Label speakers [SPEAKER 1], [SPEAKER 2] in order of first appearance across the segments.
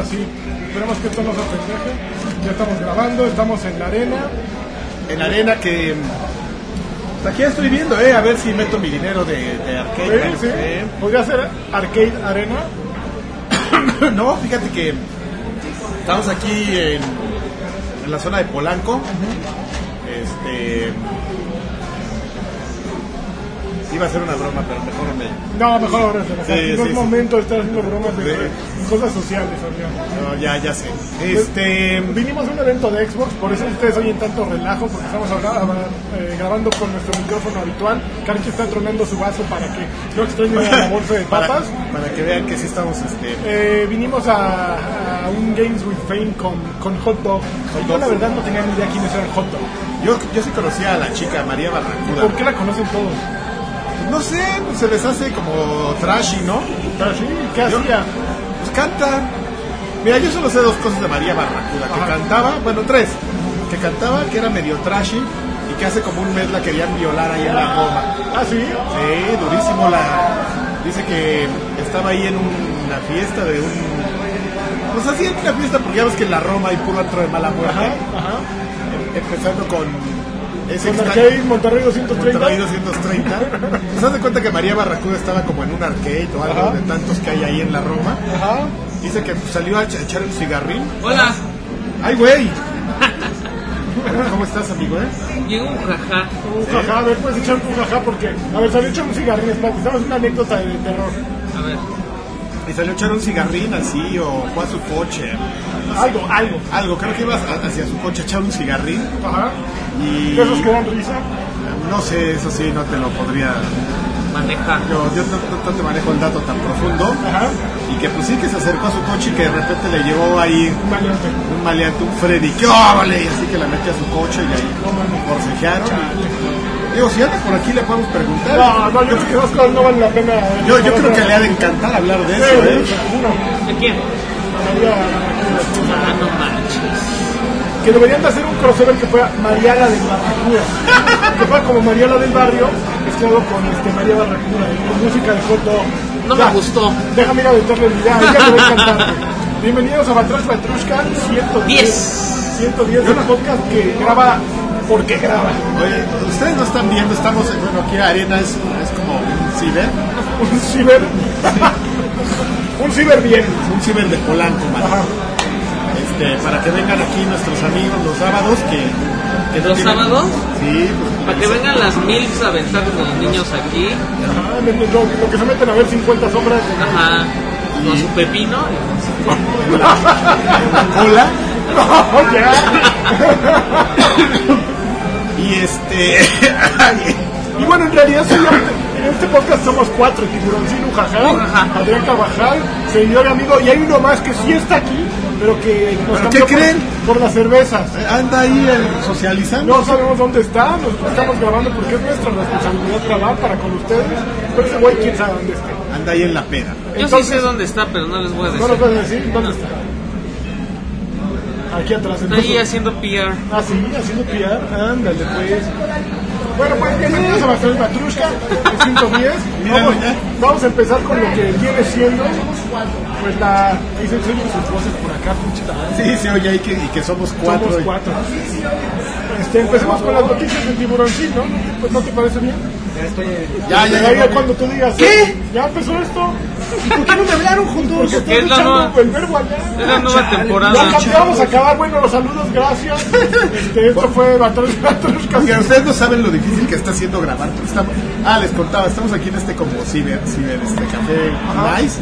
[SPEAKER 1] así. Esperemos que esto no se apendeje. Ya estamos grabando, estamos en la arena.
[SPEAKER 2] En la arena que. hasta Aquí estoy viendo, eh, a ver si meto mi dinero de, de
[SPEAKER 1] Sí,
[SPEAKER 2] arcade.
[SPEAKER 1] sí.
[SPEAKER 2] Eh,
[SPEAKER 1] Podría ser Arcade Arena.
[SPEAKER 2] no, fíjate que estamos aquí en, en la zona de Polanco. Este. Iba a ser una broma, pero mejor me.
[SPEAKER 1] No, mejor ahora se nos-
[SPEAKER 2] Sí,
[SPEAKER 1] aquí No
[SPEAKER 2] sí,
[SPEAKER 1] es
[SPEAKER 2] sí.
[SPEAKER 1] momento de estar haciendo bromas de
[SPEAKER 2] Sí.
[SPEAKER 1] cosas sociales, Adrián.
[SPEAKER 2] no, ya, ya sé. Este.
[SPEAKER 1] Vinimos a un evento de Xbox, por eso ustedes oyen tanto relajo, porque estamos ahora, eh, grabando con nuestro micrófono habitual. Carchi está tronando su vaso para que no extrañe la bolsa de
[SPEAKER 2] Para,
[SPEAKER 1] papas.
[SPEAKER 2] para que vean que sí estamos este,
[SPEAKER 1] Eh, vinimos a, a un Games with Fame con, con Hot Dog. Y yo la verdad no tenía ni idea quiénes eran Hot Dog.
[SPEAKER 2] Yo, yo sí conocía a la chica María Barracuda.
[SPEAKER 1] ¿Por qué la conocen todos?
[SPEAKER 2] No sé, se les hace como trashy, ¿no?
[SPEAKER 1] Pero sí, ¿Qué
[SPEAKER 2] Yo-
[SPEAKER 1] hacía?
[SPEAKER 2] Pues canta. Mira, yo solo sé dos cosas de María Barracuda. Que
[SPEAKER 1] Ajá.
[SPEAKER 2] cantaba, bueno, tres. Que cantaba, que era medio trashy y que hace como un mes la querían violar ahí en la goma.
[SPEAKER 1] Ah, sí.
[SPEAKER 2] Sí, durísimo la... Dice que estaba ahí en una fiesta de un... Pues así en una fiesta, porque ya ves que en la Roma hay puro antro de mala muerte.
[SPEAKER 1] Ajá, ajá.
[SPEAKER 2] Em- Empezando con... Ese
[SPEAKER 1] Con
[SPEAKER 2] que está-
[SPEAKER 1] Arcade, Monterrey 230.
[SPEAKER 2] Monterrey 230. Pues haz de cuenta que María Barracuda estaba como en un arcade o algo
[SPEAKER 1] Ajá.
[SPEAKER 2] de tantos que hay ahí en la Roma.
[SPEAKER 1] Ajá.
[SPEAKER 2] Dice que pues, salió a ch- echar un cigarrín.
[SPEAKER 3] Hola,
[SPEAKER 2] ¡Ay, güey! ¿Cómo estás, amigo? eh?
[SPEAKER 3] llegó un rajá.
[SPEAKER 1] Un jajá, a ver, puedes echar un jajá porque. A ver, salió hecho un cigarrillo, es platicamos una anécdota de terror.
[SPEAKER 3] A ver,
[SPEAKER 2] Y salió a echar un cigarrín así o fue a su coche.
[SPEAKER 1] Algo, algo.
[SPEAKER 2] Algo, creo que iba a- hacia su coche a echar un cigarrín
[SPEAKER 1] Ajá.
[SPEAKER 2] y...
[SPEAKER 1] De esos que dan risa.
[SPEAKER 2] No sé, eso sí, no te lo podría...
[SPEAKER 3] maneja.
[SPEAKER 2] Yo, yo no, no- no te manejo el dato tan profundo.
[SPEAKER 1] Ajá.
[SPEAKER 2] Y que pues sí que se acercó a su coche y que de repente le llegó ahí
[SPEAKER 1] Un maleante.
[SPEAKER 2] un maleante, un Freddy, ¡qué óvale! Y así que la mete a su coche y ahí
[SPEAKER 1] No mames.
[SPEAKER 2] forcejearon.
[SPEAKER 1] Chale.
[SPEAKER 2] Digo, si anda por aquí le podemos preguntar.
[SPEAKER 1] No, no, yo creo que esas cosas no valen la pena. eh,
[SPEAKER 2] yo, yo creo
[SPEAKER 1] ahora.
[SPEAKER 2] que le ha de encantar hablar de
[SPEAKER 1] Sí,
[SPEAKER 2] eso, ¿eh?
[SPEAKER 1] seguro.
[SPEAKER 3] ¿De quién?
[SPEAKER 1] María, Barracuda.
[SPEAKER 3] Ah, no manches.
[SPEAKER 1] Que deberían de hacer un crossover que fuera María la del Barracuda. que fuera como María la del Barrio, mezclado con este, María Barracuda, y con música de foto.
[SPEAKER 3] No me gustó.
[SPEAKER 1] Déjame ir a aventarle el video, ya te voy a encantar. güey. Bienvenidos a Batrash Batrushka 110.
[SPEAKER 3] Diez.
[SPEAKER 1] 110 del podcast que graba porque graba.
[SPEAKER 2] Oye, ustedes no están viendo, estamos en, bueno, aquí Arena es, es como un ciber,
[SPEAKER 1] Un ciber. un ciber bien.
[SPEAKER 2] un ciber de Polanco, man.
[SPEAKER 1] Ajá.
[SPEAKER 2] Este, para que vengan aquí nuestros amigos los sábados que... que no
[SPEAKER 3] ¿Los
[SPEAKER 2] tienen-
[SPEAKER 3] sábados?
[SPEAKER 2] Sí, pues,
[SPEAKER 3] Para que vengan las milfs a aventar con los niños aquí.
[SPEAKER 1] Ajá, lo, lo- lo que se meten a ver 50 sombras.
[SPEAKER 3] Ajá. Con su pepino.
[SPEAKER 2] Hola.
[SPEAKER 1] No, ya.
[SPEAKER 2] Y este...
[SPEAKER 1] Y bueno, en realidad sí, en este podcast somos cuatro, Tiburoncino Jajal,
[SPEAKER 3] Ajá.
[SPEAKER 1] Adrián Cabajal, señor y amigo, y hay uno más que sí está aquí, pero que nos
[SPEAKER 2] ¿Pero
[SPEAKER 1] cambió
[SPEAKER 2] qué
[SPEAKER 1] por-
[SPEAKER 2] creen?
[SPEAKER 1] Por, las cervezas.
[SPEAKER 2] anda ahí el socializando.
[SPEAKER 1] No sabemos dónde está, nos estamos grabando porque es nuestra responsabilidad grabar para con ustedes, pero ese güey quién sabe dónde está.
[SPEAKER 2] Anda ahí en la peda.
[SPEAKER 3] Yo sí sé dónde está, pero no les voy a
[SPEAKER 1] ¿No nos
[SPEAKER 3] decir.
[SPEAKER 1] puedes decir dónde está? Aquí atrás.
[SPEAKER 3] Está ahí haciendo PR.
[SPEAKER 1] Así, haciendo pillar, ándale pues. Bueno, pues bienvenidos a Bastel Matrushka, el 110.
[SPEAKER 2] Mira,
[SPEAKER 1] Vamos,
[SPEAKER 2] ya.
[SPEAKER 1] vamos a empezar con lo que viene siendo, pues la... Dicen se oyen sus voces por acá, pinche tarado.
[SPEAKER 2] Sí, sí, oye, y que, y que somos cuatro.
[SPEAKER 1] Somos
[SPEAKER 2] y-
[SPEAKER 1] cuatro. Este, empecemos con las noticias de tiburoncito, ¿no? Pues no te parece bien.
[SPEAKER 2] Ya, ya, ya.
[SPEAKER 1] Ahí
[SPEAKER 2] ya,
[SPEAKER 1] cuando tú digas,
[SPEAKER 2] ¿Qué?
[SPEAKER 1] Ya empezó esto. ¿Y por qué no me hablaron juntos? Porque
[SPEAKER 3] Porque
[SPEAKER 1] están
[SPEAKER 3] es la
[SPEAKER 1] echando
[SPEAKER 3] nueva-
[SPEAKER 1] el verbo allá.
[SPEAKER 3] Es la nueva
[SPEAKER 1] Ya
[SPEAKER 3] temporada.
[SPEAKER 1] cambiamos, acabar, bueno, los saludos, gracias. Este, esto fue Batrash Batrushka.
[SPEAKER 2] Oigan, ustedes no saben lo difícil que está haciendo grabar. porque estamos- ah, les contaba, estamos aquí en este como ciber, ciber este café nice.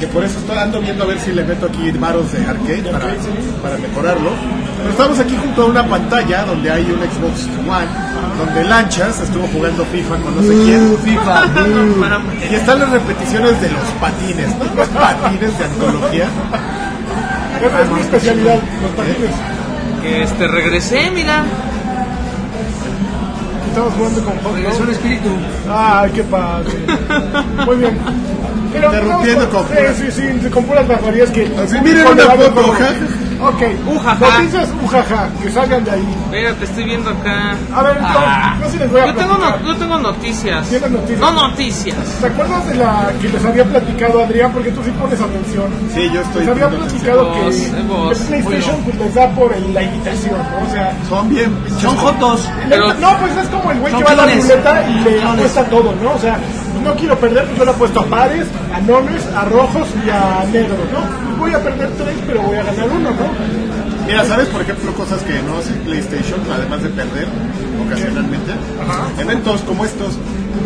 [SPEAKER 2] Que por eso estoy ando viendo a ver si le meto aquí varos de arcade para, para mejorarlo. Pero estamos aquí junto a una pantalla donde hay un Xbox One, donde Lanchas estuvo jugando FIFA con no sé quién. FIFA.
[SPEAKER 3] No mames.
[SPEAKER 2] Y están las repeticiones de los patines, ¿no? Los patines de antología.
[SPEAKER 1] Esa es mi especialidad, los patines.
[SPEAKER 3] Que este, regresé, mira.
[SPEAKER 1] Estamos jugando con Hot
[SPEAKER 3] Regresó
[SPEAKER 1] Dog.
[SPEAKER 3] un espíritu.
[SPEAKER 1] Ay, qué padre. Muy bien. Pero
[SPEAKER 2] Interrumpiendo
[SPEAKER 1] vamos
[SPEAKER 2] con puras-
[SPEAKER 1] Sí, sí, sí, con puras barbaridades que...
[SPEAKER 2] Así, miren una
[SPEAKER 1] cuando
[SPEAKER 2] foto,
[SPEAKER 1] hago-
[SPEAKER 2] ja, ja,
[SPEAKER 1] Ok,
[SPEAKER 3] Ujaja.
[SPEAKER 1] noticias ujaja, que salgan de ahí.
[SPEAKER 3] Espérate, estoy viendo acá.
[SPEAKER 1] A ver, entonces,
[SPEAKER 3] Ah.
[SPEAKER 1] yo sí les voy a
[SPEAKER 3] yo tengo,
[SPEAKER 1] platicar.
[SPEAKER 3] no- yo tengo noticias.
[SPEAKER 1] ¿Tienes noticias?
[SPEAKER 3] No noticias.
[SPEAKER 1] ¿Te acuerdas de la que les había platicado Adrián? Porque tú sí pones atención.
[SPEAKER 2] Sí, yo estoy
[SPEAKER 1] Les Pues había
[SPEAKER 2] poniendo
[SPEAKER 1] platicado que
[SPEAKER 3] atención. Vos,
[SPEAKER 1] el
[SPEAKER 3] vos,
[SPEAKER 1] PlayStation
[SPEAKER 3] oigo.
[SPEAKER 1] pues, les da por el- la invitación, ¿no? O sea,
[SPEAKER 2] Son bien pinches
[SPEAKER 4] Son jotos.
[SPEAKER 3] Pero-
[SPEAKER 1] no, pues es como el güey
[SPEAKER 4] Son
[SPEAKER 1] que va a la
[SPEAKER 4] clones.
[SPEAKER 1] ruleta y le
[SPEAKER 4] Clones.
[SPEAKER 1] apuesta todo, ¿no? O sea, no quiero perder, pues yo le apuesto a pares, a nones, a rojos y a negros, ¿no? Voy a perder tres, pero voy a ganar uno, ¿no?
[SPEAKER 2] Mira, ¿sabes por ejemplo cosas que no hace PlayStation, además de perder ocasionalmente? Eventos como estos.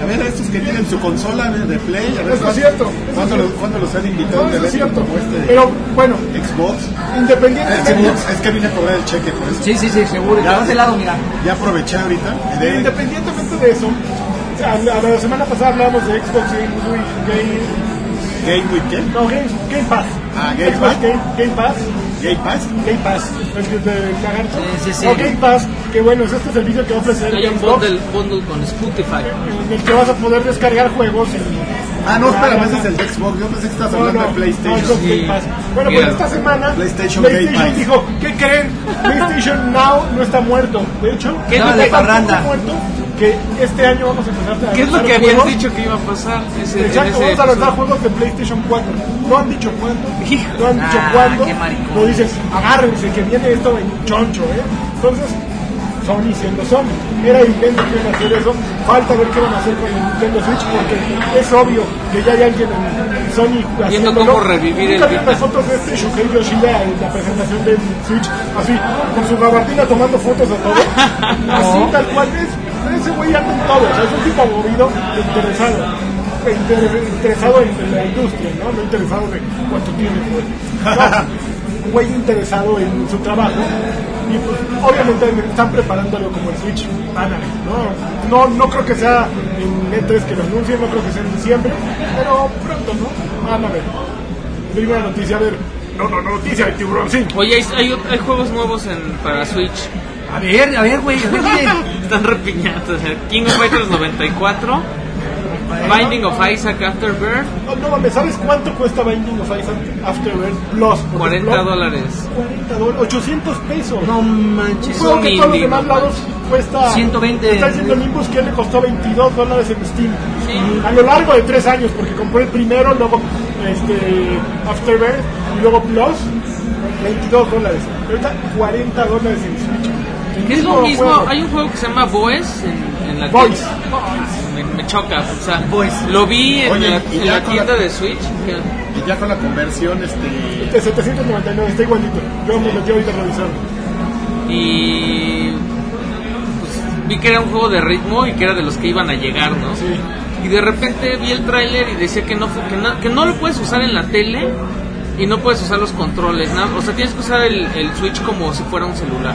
[SPEAKER 2] A ver, a estos que tienen su consola de, de Play. A
[SPEAKER 1] Eso
[SPEAKER 2] ver,
[SPEAKER 1] es
[SPEAKER 2] ¿cuándo-
[SPEAKER 1] cierto, eso
[SPEAKER 2] ¿cuándo,
[SPEAKER 1] es
[SPEAKER 2] lo-
[SPEAKER 1] cierto.
[SPEAKER 2] cuándo los han invitado?
[SPEAKER 1] No,
[SPEAKER 2] a un
[SPEAKER 1] eso es
[SPEAKER 2] evento
[SPEAKER 1] cierto.
[SPEAKER 2] como este de
[SPEAKER 1] Pero bueno,
[SPEAKER 2] Xbox.
[SPEAKER 1] independientemente.
[SPEAKER 2] Xbox, Es que vine a cobrar el cheque por eso.
[SPEAKER 4] Sí, sí, sí, seguro. Y te
[SPEAKER 2] Ya.
[SPEAKER 4] vas de lado, mira.
[SPEAKER 2] Ya aproveché ahorita. De,
[SPEAKER 1] Independientemente de eso, o sea, la, la semana pasada hablábamos de Xbox Game, Week, Game,
[SPEAKER 2] Game Weekend,
[SPEAKER 1] no, Game, Game Pass.
[SPEAKER 2] Ah, Game
[SPEAKER 1] Xbox
[SPEAKER 2] Pass.
[SPEAKER 1] Game, Game Pass.
[SPEAKER 2] Game Pass.
[SPEAKER 1] Game Pass. ¿Es que te lagarto?
[SPEAKER 4] Sí, sí, sí.
[SPEAKER 1] O Game Pass, que bueno, es este servicio que va a ofrecer
[SPEAKER 3] Hay un
[SPEAKER 1] Xbox,
[SPEAKER 3] bundle, bundle con Spotify.
[SPEAKER 1] en el que vas a poder descargar juegos y...
[SPEAKER 2] Ah, no, espera, ese es el de Xbox. Yo pensé que estás
[SPEAKER 1] No,
[SPEAKER 2] hablando
[SPEAKER 1] no,
[SPEAKER 2] de
[SPEAKER 1] no,
[SPEAKER 2] PlayStation.
[SPEAKER 1] Xbox Game Pass. Bueno,
[SPEAKER 3] Mira.
[SPEAKER 1] pues esta semana
[SPEAKER 2] PlayStation Game
[SPEAKER 1] PlayStation
[SPEAKER 2] Pass.
[SPEAKER 1] dijo, ¿qué creen? PlayStation Now no está muerto. De hecho,
[SPEAKER 3] ¿Qué es
[SPEAKER 1] no
[SPEAKER 3] lo
[SPEAKER 1] está
[SPEAKER 3] que-
[SPEAKER 1] tan
[SPEAKER 4] parranda?
[SPEAKER 1] muerto que este año vamos a empezar a
[SPEAKER 3] ¿Qué es lo
[SPEAKER 1] lanzar
[SPEAKER 3] que habían
[SPEAKER 1] juegos
[SPEAKER 3] dicho que iba a pasar? Ese, en
[SPEAKER 1] Exacto, vamos
[SPEAKER 3] ese
[SPEAKER 1] a lanzar
[SPEAKER 3] episodio?
[SPEAKER 1] juegos de PlayStation 4. No han dicho cuándo.
[SPEAKER 3] Hijo.
[SPEAKER 1] No han dicho
[SPEAKER 4] Ah,
[SPEAKER 1] cuándo.
[SPEAKER 4] qué maricón.
[SPEAKER 1] Lo dices, agárrense que viene esto de choncho, ¿eh? Entonces, Sony siendo Sony. Era invento que iban a hacer eso. Falta ver qué van a hacer con el Nintendo Switch porque es obvio que ya hay alguien en Sony haciéndolo.
[SPEAKER 3] cómo revivir
[SPEAKER 1] Nunca
[SPEAKER 3] el
[SPEAKER 1] vi
[SPEAKER 3] Vita.
[SPEAKER 1] unas fotos de este Shuhei Yoshida en la presentación del Switch, así, con su gabardina tomando fotos de todo. Así tal cual es. Ese güey anda en todo, o sea, es un tipo movido, interesado. Inter- interesado en, en la industria, ¿no? No interesado de cuánto tiene, güey. No, un güey interesado en su trabajo. Y pues, obviamente están preparándolo como el Switch Banner, ¿no? No, no creo que sea en E3 que lo anuncien, no creo que sea en diciembre, pero pronto, ¿no? Van a ver. Primera noticia, a ver. No, no, no, noticia de tiburón, sí.
[SPEAKER 3] Oye, hay, hay- hay juegos nuevos en, para Switch.
[SPEAKER 4] A ver, a ver, güey. oye.
[SPEAKER 3] Están repiñados. el King of Fighters 94, Binding of Isaac Afterbirth,
[SPEAKER 1] No, no mames, ¿sabes cuánto cuesta Binding of Isaac Afterbirth Plus? Porque
[SPEAKER 3] 40
[SPEAKER 1] Plus-
[SPEAKER 3] dólares.
[SPEAKER 1] 40 dólares, 800 pesos.
[SPEAKER 4] No manches.
[SPEAKER 1] Un juego
[SPEAKER 3] un
[SPEAKER 1] que todos los
[SPEAKER 3] indie,
[SPEAKER 1] demás
[SPEAKER 3] no
[SPEAKER 1] lados cuesta
[SPEAKER 4] 120.
[SPEAKER 1] Está diciendo Nimbus que él le costó 22 dólares en Steam.
[SPEAKER 3] Sí.
[SPEAKER 1] A lo largo de 3 años, porque compré el primero, luego este, Afterbirth y luego Plus, 22 dólares. Y ahorita 40 dólares en Switch. El
[SPEAKER 3] Que es lo mismo,
[SPEAKER 1] juego.
[SPEAKER 3] hay un juego que se llama Boys en, en la
[SPEAKER 1] Boys.
[SPEAKER 3] Me, me choca, o sea,
[SPEAKER 4] Boys.
[SPEAKER 3] lo vi en
[SPEAKER 2] Oye,
[SPEAKER 3] la,
[SPEAKER 2] y
[SPEAKER 3] en
[SPEAKER 2] ya
[SPEAKER 3] la
[SPEAKER 2] con
[SPEAKER 3] tienda
[SPEAKER 2] la-
[SPEAKER 3] de Switch. que-
[SPEAKER 2] Y ya con la conversión, este.
[SPEAKER 1] De 799, está igualito. Yo me metí ahorita a revisarlo.
[SPEAKER 3] Y pues, vi que era un juego de ritmo y que era de los que iban a llegar, ¿no?
[SPEAKER 1] Sí.
[SPEAKER 3] Y de repente vi el tráiler y decía que no, fu- que, no, que no lo puedes usar en la tele y no puedes usar los controles, nada. O sea, tienes que usar el, el Switch como si fuera un celular.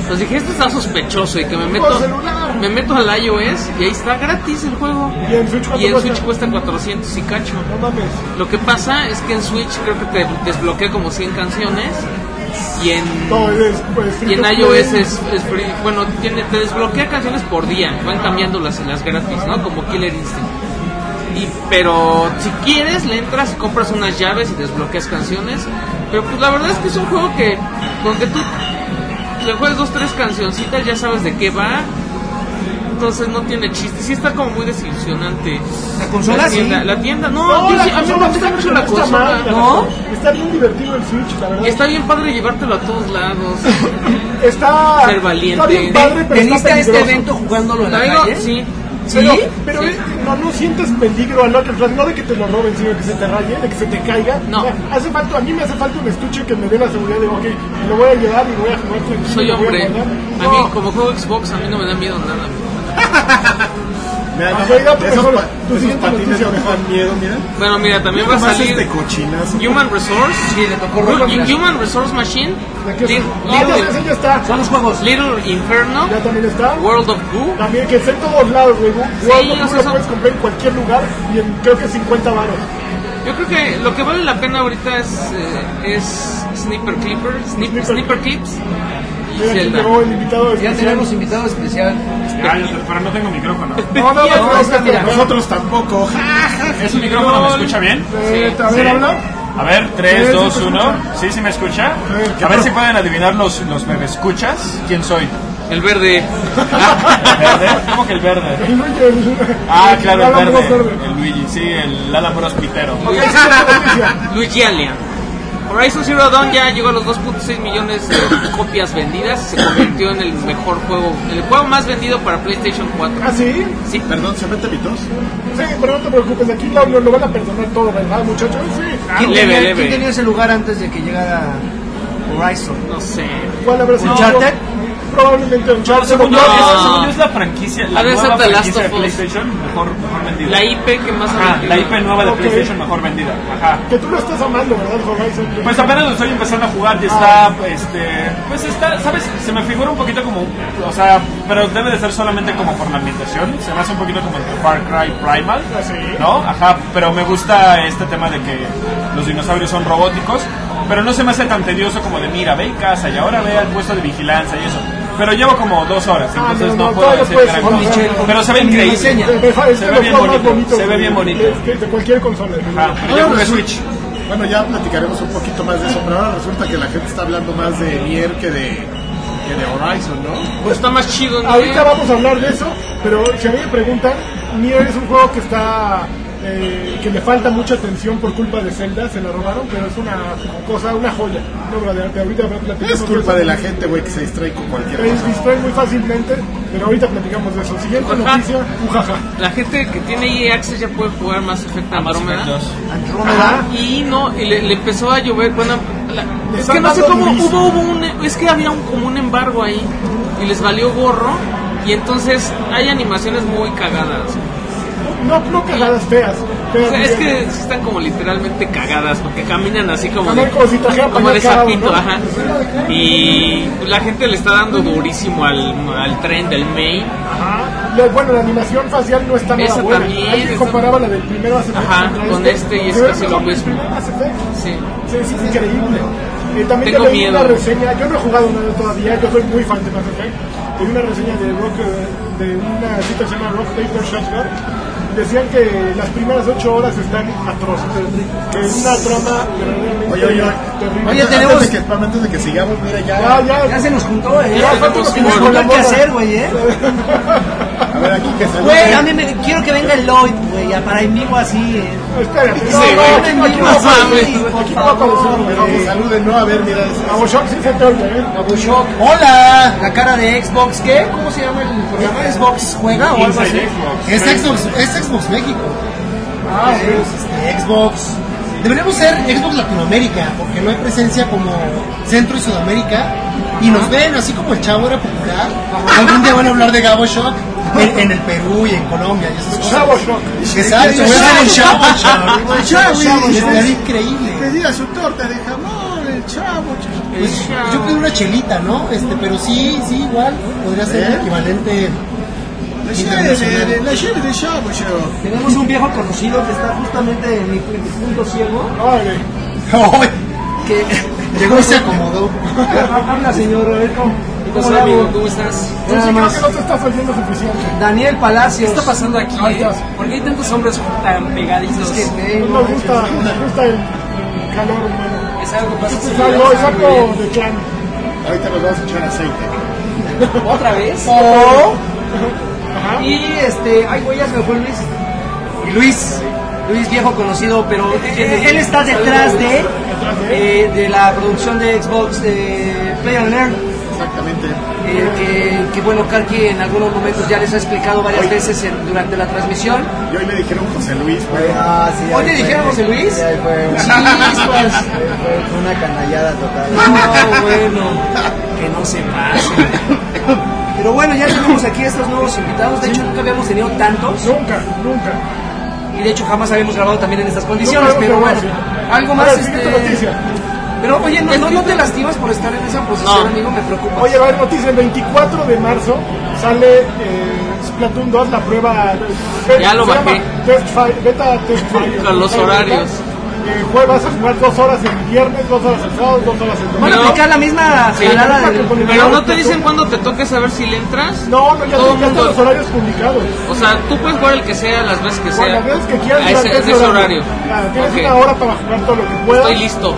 [SPEAKER 3] Entonces dije, esto está sospechoso y que me meto,
[SPEAKER 1] celular!
[SPEAKER 3] me meto al iOS y ahí está gratis el juego.
[SPEAKER 1] ¿Y en Switch cuánto
[SPEAKER 3] Y en
[SPEAKER 1] cuesta?
[SPEAKER 3] Switch cuesta 400 y cacho.
[SPEAKER 1] No mames.
[SPEAKER 3] Lo que pasa es que en Switch creo que te desbloquea como 100 canciones y en,
[SPEAKER 1] No, es pues, free
[SPEAKER 3] y en
[SPEAKER 1] to
[SPEAKER 3] iOS
[SPEAKER 1] play.
[SPEAKER 3] es, es free. bueno, tiene, te desbloquea canciones por día, van cambiándolas en las gratis, ¿no? Como Killer Instinct. Y, pero si quieres, le entras y compras unas llaves y desbloqueas canciones. Pero pues la verdad es que es un juego que, donde tú le juegas dos, tres cancioncitas, ya sabes de qué va. Entonces no tiene chiste. Sí está como muy desilusionante.
[SPEAKER 4] La consola
[SPEAKER 3] La
[SPEAKER 4] sí.
[SPEAKER 3] tienda, la tienda no,
[SPEAKER 1] No,
[SPEAKER 3] yo
[SPEAKER 1] la
[SPEAKER 3] sí- a mí me
[SPEAKER 1] consola
[SPEAKER 3] gusta
[SPEAKER 1] está
[SPEAKER 3] mucho
[SPEAKER 1] bien,
[SPEAKER 3] la
[SPEAKER 1] está
[SPEAKER 3] consola,
[SPEAKER 1] mal, la
[SPEAKER 3] ¿no?
[SPEAKER 1] verdad. Está bien divertido el Switch, la verdad.
[SPEAKER 3] Y está bien padre llevártelo a todos lados.
[SPEAKER 1] Está,
[SPEAKER 3] Ser valiente.
[SPEAKER 1] está bien padre, pero
[SPEAKER 4] ¿Veniste
[SPEAKER 1] está
[SPEAKER 4] a este
[SPEAKER 1] peligroso.
[SPEAKER 4] evento jugándolo en la
[SPEAKER 3] Traigo-
[SPEAKER 4] calle?
[SPEAKER 3] sí.
[SPEAKER 1] Pero,
[SPEAKER 4] ¿Sí?
[SPEAKER 1] pero
[SPEAKER 3] Sí.
[SPEAKER 1] eh, no, no sientes peligro al otro, no de que te lo roben, sino que se te raye, de que se te caiga.
[SPEAKER 3] No.
[SPEAKER 1] O sea, hace falta, a mí me hace falta un estuche que me dé la seguridad de, ok, lo voy a llevar y voy a jugar tranquilo,
[SPEAKER 3] Soy
[SPEAKER 1] lo voy a
[SPEAKER 3] hombre. A
[SPEAKER 1] guardar.
[SPEAKER 3] mí,
[SPEAKER 1] No.
[SPEAKER 3] como juego Xbox, a mí no me da miedo nada.
[SPEAKER 2] Mira,
[SPEAKER 1] Ah,
[SPEAKER 2] no,
[SPEAKER 1] oiga,
[SPEAKER 2] esos,
[SPEAKER 1] profesor,
[SPEAKER 2] pa-
[SPEAKER 1] tu
[SPEAKER 2] esos
[SPEAKER 1] siguiente
[SPEAKER 2] patines
[SPEAKER 1] noticia,
[SPEAKER 2] no me dan miedo, mira.
[SPEAKER 3] Bueno, mira, también va
[SPEAKER 2] Nada
[SPEAKER 3] a
[SPEAKER 2] más
[SPEAKER 3] salir
[SPEAKER 2] este cochinazo.
[SPEAKER 3] Human Resource.
[SPEAKER 4] Sí, le tocó rojo, mira.
[SPEAKER 3] Hu- Human Resource Machine.
[SPEAKER 1] ¿De qué-
[SPEAKER 3] Li-
[SPEAKER 1] Ah, ya,
[SPEAKER 3] Little,
[SPEAKER 1] ese ya está.
[SPEAKER 4] Son los juegos.
[SPEAKER 3] Little Inferno.
[SPEAKER 1] Ya también está.
[SPEAKER 3] World of Goo.
[SPEAKER 1] También que está en todos lados, güey.
[SPEAKER 3] Sí,
[SPEAKER 1] World of
[SPEAKER 3] o
[SPEAKER 1] Goo
[SPEAKER 3] sea,
[SPEAKER 1] lo
[SPEAKER 3] son-
[SPEAKER 1] puedes comprar en cualquier lugar y en, creo que 50 baros.
[SPEAKER 3] Yo creo que lo que vale la pena ahorita es, eh, es Sniper Clipper, Snip-
[SPEAKER 1] Sniper.
[SPEAKER 3] Sniper Clips y
[SPEAKER 1] Mira, aquí
[SPEAKER 3] Zelda.
[SPEAKER 1] llegó el invitado
[SPEAKER 4] Ya
[SPEAKER 1] especial.
[SPEAKER 4] tenemos invitado especial.
[SPEAKER 1] Ah,
[SPEAKER 5] Ya, yo sé, pero no tengo micrófono.
[SPEAKER 1] No, no, no,
[SPEAKER 4] No,
[SPEAKER 1] no,
[SPEAKER 4] es que
[SPEAKER 1] no,
[SPEAKER 4] mira.
[SPEAKER 1] no.
[SPEAKER 2] Nosotros tampoco.
[SPEAKER 5] ¿Es un micrófono? ¿Me escucha bien?
[SPEAKER 1] Eh,
[SPEAKER 3] Sí,
[SPEAKER 1] ¿También
[SPEAKER 5] sí.
[SPEAKER 1] habla?
[SPEAKER 5] A ver, 3, 2, 1. ¿Sí, sí me escucha? A ver si pueden adivinar los, los me escuchas. ¿Quién soy?
[SPEAKER 3] El verde.
[SPEAKER 5] ¿El verde? ¿Cómo que el verde? Ah, claro, el verde. El Luigi, sí, el Alan Bros Pitero.
[SPEAKER 3] Luigi Alien. Horizon Zero Dawn ya llegó a los 2.6 millones de copias vendidas y se convirtió en el mejor juego, el juego más vendido para PlayStation 4.
[SPEAKER 1] ¿Ah, sí?
[SPEAKER 3] Sí,
[SPEAKER 2] Perdón, ¿se mete mi tos?
[SPEAKER 1] Sí, pero no te preocupes, aquí lo, lo, lo van a perdonar todo, ¿verdad, muchachos? Sí. Ah,
[SPEAKER 4] ¿Quién,
[SPEAKER 3] Leve,
[SPEAKER 4] tenía,
[SPEAKER 3] leve.
[SPEAKER 4] quién tenía ese lugar antes de que llegara Horizon?
[SPEAKER 3] no sé.
[SPEAKER 1] ¿Cuál habrá sido?
[SPEAKER 4] ¿Uncharted?
[SPEAKER 1] Probablemente un charter.
[SPEAKER 5] Según yo,
[SPEAKER 3] No.
[SPEAKER 5] es- según yo es la franquicia, la
[SPEAKER 3] Ha de ser
[SPEAKER 5] nueva
[SPEAKER 3] The Last
[SPEAKER 5] franquicia de
[SPEAKER 3] of Us.
[SPEAKER 5] PlayStation mejor, mejor vendida.
[SPEAKER 3] La IP que más ha
[SPEAKER 5] Ajá,
[SPEAKER 3] vendido.
[SPEAKER 5] Ah, la IP nueva de
[SPEAKER 1] Ok.
[SPEAKER 5] PlayStation mejor vendida. Ajá.
[SPEAKER 1] Que tú lo estás amando, ¿verdad, Horizon?
[SPEAKER 5] Pues apenas lo estoy empezando a jugar y está, este, pues está, ¿sabes? Se me figura un poquito como, o sea, pero debe de ser solamente como por la ambientación, se me hace un poquito como el Far Cry Primal,
[SPEAKER 1] Ah, sí.
[SPEAKER 5] ¿no? Ajá, pero me gusta este tema de que los dinosaurios son robóticos, pero no se me hace tan tedioso como de, mira, ve y casa y ahora ve al puesto de vigilancia y eso. Pero llevo como dos horas,
[SPEAKER 1] Ah, no,
[SPEAKER 5] entonces pues, no,
[SPEAKER 1] no,
[SPEAKER 5] puedo
[SPEAKER 1] todavía
[SPEAKER 5] decir
[SPEAKER 1] puedes
[SPEAKER 5] gran cosa.
[SPEAKER 1] jugar.
[SPEAKER 5] Pero se ve increíble.
[SPEAKER 1] Es
[SPEAKER 5] Se
[SPEAKER 1] de- es de
[SPEAKER 5] ve
[SPEAKER 1] los
[SPEAKER 5] bien
[SPEAKER 1] juegos más
[SPEAKER 5] bonito. Se ve
[SPEAKER 1] bonitos
[SPEAKER 5] bien
[SPEAKER 1] de-
[SPEAKER 5] bonito. Ah, pues,
[SPEAKER 1] De, de cualquier consola.
[SPEAKER 5] Ajá, pero yo jugué Switch.
[SPEAKER 2] Bueno, ya platicaremos un poquito más de eso, pero ahora resulta que la gente está hablando más de Nier que de, que de Horizon, ¿no?
[SPEAKER 3] Pues está más chido, ¿no?
[SPEAKER 1] Ahorita vamos a hablar de eso, pero si a mí me preguntan, Nier es un juego que está. eh, que le falta mucha atención por culpa de Zelda, se la robaron, pero es una cosa, una joya, una obra de arte. Ahorita platicamos
[SPEAKER 2] Es
[SPEAKER 1] de
[SPEAKER 2] culpa
[SPEAKER 1] eso.
[SPEAKER 2] de la gente, güey, que se distrae con cualquier
[SPEAKER 1] Te
[SPEAKER 2] cosa.
[SPEAKER 1] distrae muy fácilmente, pero ahorita platicamos de eso. Siguiente
[SPEAKER 3] Ujaja.
[SPEAKER 1] noticia, ujaja.
[SPEAKER 3] La gente que tiene EA Access ya puede jugar más Effect Andromeda.
[SPEAKER 4] Andrómeda.
[SPEAKER 3] Y no, y le, le empezó a llover. Bueno, la- es
[SPEAKER 1] Están
[SPEAKER 3] que no sé
[SPEAKER 1] dando
[SPEAKER 3] cómo
[SPEAKER 1] durísimo.
[SPEAKER 3] hubo, hubo un, es que había un, como un embargo ahí y les valió gorro. Y entonces hay animaciones muy cagadas.
[SPEAKER 1] No, no cagadas feas.
[SPEAKER 3] O
[SPEAKER 1] feas
[SPEAKER 3] sea, es
[SPEAKER 1] bien.
[SPEAKER 3] que sí están como literalmente cagadas porque caminan así como de,
[SPEAKER 1] Caminan como si trajeran
[SPEAKER 3] como de
[SPEAKER 1] pañal cada
[SPEAKER 3] sapito,
[SPEAKER 1] uno.
[SPEAKER 3] ajá. Y la gente le está dando durísimo al, al tren del main.
[SPEAKER 1] Ajá. Ah, La- bueno, la animación facial no está nada
[SPEAKER 3] Esa
[SPEAKER 1] buena.
[SPEAKER 3] también,
[SPEAKER 1] Alguien
[SPEAKER 3] esa-
[SPEAKER 1] comparaba la del primero Mass Effect
[SPEAKER 3] Ajá,
[SPEAKER 1] contra
[SPEAKER 3] con este y es
[SPEAKER 1] Se ve
[SPEAKER 3] casi lo
[SPEAKER 1] mejor que el
[SPEAKER 3] mismo.
[SPEAKER 1] primer Mass Effect.
[SPEAKER 3] Sí.
[SPEAKER 1] Sí, es increíble. Eh, también
[SPEAKER 3] Tengo
[SPEAKER 1] yo leí
[SPEAKER 3] miedo.
[SPEAKER 1] una reseña, yo no he jugado nada todavía, yo soy muy fan de Mass Effect. Leí una reseña de Rock, eh, de una cita que se llama Rock Paper Shotgun. Decían que las primeras ocho horas están atroces, que es una trama verdaderamente
[SPEAKER 2] Oye, oye, oye.
[SPEAKER 1] terrible.
[SPEAKER 4] Oye,
[SPEAKER 2] Antes
[SPEAKER 4] tenemos-
[SPEAKER 2] de que, antes de que sigamos, mira,
[SPEAKER 1] Ya,
[SPEAKER 2] ya.
[SPEAKER 1] ya,
[SPEAKER 4] Ya se nos juntó, ¿eh?
[SPEAKER 1] Ya,
[SPEAKER 4] Ya,
[SPEAKER 1] falta
[SPEAKER 4] nos
[SPEAKER 1] que nos
[SPEAKER 4] nos juntó qué
[SPEAKER 1] colabora.
[SPEAKER 4] hacer, güey, ¿eh?
[SPEAKER 2] A ver, aquí que se
[SPEAKER 4] Güey, a mí me quiero que venga el Lloyd, güey, a- para enemigo así, ¿eh?
[SPEAKER 1] Espérate, no,
[SPEAKER 3] Sí,
[SPEAKER 1] no,
[SPEAKER 3] güey.
[SPEAKER 1] aquí no, aquí no
[SPEAKER 4] No
[SPEAKER 1] va a
[SPEAKER 4] mames,
[SPEAKER 1] aparecer,
[SPEAKER 4] por
[SPEAKER 1] aquí no va a aparecer,
[SPEAKER 4] favor,
[SPEAKER 1] güey.
[SPEAKER 2] Pero pues, saluden, no, a ver, mira. es-
[SPEAKER 1] A Boshok sí se te oye, ¿eh?
[SPEAKER 4] Shock. Hola, la cara de Xbox, ¿qué? ¿Cómo se llama el programa? ¿Xbox juega o algo así?
[SPEAKER 5] Inside Xbox.
[SPEAKER 6] Es Xbox, es Xbox México. Ah, Xbox. Deberíamos ser Xbox Latinoamérica, porque no hay presencia como Centro y Sudamérica. Y nos ven, así como el chavo era popular. Algún día van a hablar de Gabo Shock en, en el Perú y en Colombia. Y esas cosas.
[SPEAKER 1] Chavo Shock.
[SPEAKER 6] Que sale, se vuelve el Chavo Shock.
[SPEAKER 2] El Chavo Shock.
[SPEAKER 6] Y estaría increíble.
[SPEAKER 2] Pedía su torta de jamón, el chavo.
[SPEAKER 6] Pues, yo pedí una chelita, ¿no? Este, pero sí, sí, igual. Podría ser
[SPEAKER 2] ¿Eh?
[SPEAKER 6] el equivalente.
[SPEAKER 2] La chévere, de- la chévere de chavo, chavo.
[SPEAKER 4] Tenemos un viejo conocido que está justamente en mi punto ciego,
[SPEAKER 1] Órale.
[SPEAKER 4] que
[SPEAKER 6] Llegó y se acomodó.
[SPEAKER 4] habla señor, a ver cómo, cómo le
[SPEAKER 3] Hola, amigo,
[SPEAKER 4] hago.
[SPEAKER 3] ¿cómo estás?
[SPEAKER 1] Yo
[SPEAKER 4] Nada
[SPEAKER 1] sí creo
[SPEAKER 4] más.
[SPEAKER 1] que no te estás oyendo suficiente.
[SPEAKER 4] Daniel
[SPEAKER 3] ¿Qué
[SPEAKER 4] Palacios.
[SPEAKER 3] está pasando aquí? eh? ¿Por qué hay tantos hombres tan pegaditos?
[SPEAKER 4] Es que
[SPEAKER 1] No
[SPEAKER 4] tengo-
[SPEAKER 1] nos gusta, no nos gusta el, el calor humano.
[SPEAKER 3] Es algo que pasa
[SPEAKER 1] Es
[SPEAKER 3] seguido.
[SPEAKER 1] algo, es algo de clan.
[SPEAKER 2] Ahorita nos vamos a echar aceite.
[SPEAKER 3] ¿Otra vez?
[SPEAKER 4] O-
[SPEAKER 1] Ajá.
[SPEAKER 4] Y este, ay güey, ya se me fue Luis. Y Luis, Luis viejo conocido, pero eh, él está detrás de, eh, de la producción de Xbox eh, Play and Learn.
[SPEAKER 2] Exactamente.
[SPEAKER 4] eh, que, que, bueno, Karki en algunos momentos ya les ha explicado varias veces en- durante la transmisión.
[SPEAKER 2] Y hoy le dijeron José Luis, güey.
[SPEAKER 4] Hoy le dijeron a José Luis. Chispas.
[SPEAKER 6] Una canallada total.
[SPEAKER 4] No, bueno, que no se pase. Pero bueno, ya tenemos aquí a estos nuevos invitados. De hecho, nunca habíamos tenido tantos.
[SPEAKER 1] Nunca, nunca.
[SPEAKER 4] Y de hecho, jamás habíamos grabado también en estas condiciones.
[SPEAKER 1] Nunca
[SPEAKER 4] Pero
[SPEAKER 1] habíamos
[SPEAKER 4] bueno,
[SPEAKER 1] grabado, sí.
[SPEAKER 4] algo más.
[SPEAKER 1] Ahora,
[SPEAKER 4] este,
[SPEAKER 1] siguiente noticia.
[SPEAKER 4] Pero oye, no, no, no te lastimas por estar en esa posición,
[SPEAKER 3] No.
[SPEAKER 4] amigo. Me preocupa.
[SPEAKER 1] Oye, va a haber noticia. El 24 de marzo sale eh, Splatoon 2, la prueba.
[SPEAKER 3] Ya lo
[SPEAKER 1] se llama
[SPEAKER 3] bajé.
[SPEAKER 1] Test Fire, beta Test Fire.
[SPEAKER 3] Con los horarios.
[SPEAKER 1] eh, jueves vas a jugar dos horas el viernes, dos horas el sábado, dos horas el domingo.
[SPEAKER 4] Van a
[SPEAKER 3] No.
[SPEAKER 4] aplicar la misma
[SPEAKER 3] Sí.
[SPEAKER 4] jalada
[SPEAKER 1] Para
[SPEAKER 4] del-
[SPEAKER 1] que pongan-
[SPEAKER 3] Pero no te dicen cuándo te toques a ver si le entras.
[SPEAKER 1] No, no, ya,
[SPEAKER 3] Todo
[SPEAKER 1] ya están
[SPEAKER 3] mundo-
[SPEAKER 1] los horarios publicados.
[SPEAKER 3] O sea, tú puedes jugar el que sea, las veces que sea.
[SPEAKER 1] Bueno, las veces que quieras
[SPEAKER 3] A ese,
[SPEAKER 1] durante
[SPEAKER 3] en ese horario.
[SPEAKER 1] Claro, tienes
[SPEAKER 3] Ok.
[SPEAKER 1] una hora para jugar todo lo que puedas.
[SPEAKER 3] Estoy listo.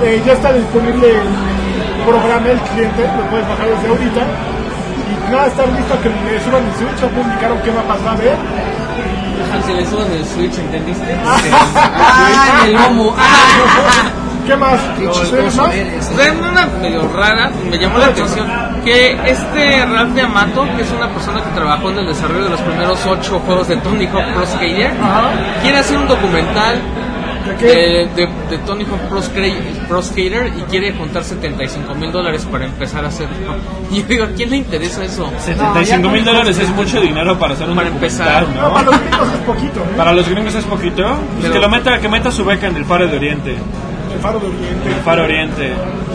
[SPEAKER 1] Eh, ya está disponible el programa El Cliente, lo puedes bajar desde ahorita. Y nada, estar listo a que me suban mi Switch, ya publicaron qué va a pasar a ver.
[SPEAKER 3] Si le suben el Switch, ¿entendiste?
[SPEAKER 4] Ah, el lomo. Ah.
[SPEAKER 1] ¿Qué más? ¿Ustedes más?
[SPEAKER 3] Fue una medio rara, me llamó la atención, que este Ralph D'Amato, que es una persona que trabajó en el desarrollo de los primeros ocho juegos de Tony Hawk Pro Skater, quiere hacer un documental
[SPEAKER 1] ¿De qué?
[SPEAKER 3] de, de- de Tony Hawk Pro, Skra- Pro Skater y quiere juntar 75 mil dólares para empezar a hacerlo. Y yo digo, ¿a quién le interesa eso?
[SPEAKER 5] 75 mil dólares es mucho dinero para hacer un
[SPEAKER 3] Para
[SPEAKER 5] documental,
[SPEAKER 3] empezar.
[SPEAKER 1] No, para
[SPEAKER 5] ¿no?
[SPEAKER 1] los gringos es poquito, ¿eh?
[SPEAKER 5] Para los gringos es poquito. Pues
[SPEAKER 3] Pero-
[SPEAKER 5] que, lo meta, que meta su beca en el Faro de Oriente.
[SPEAKER 1] El Faro de Oriente.
[SPEAKER 5] El Faro Oriente.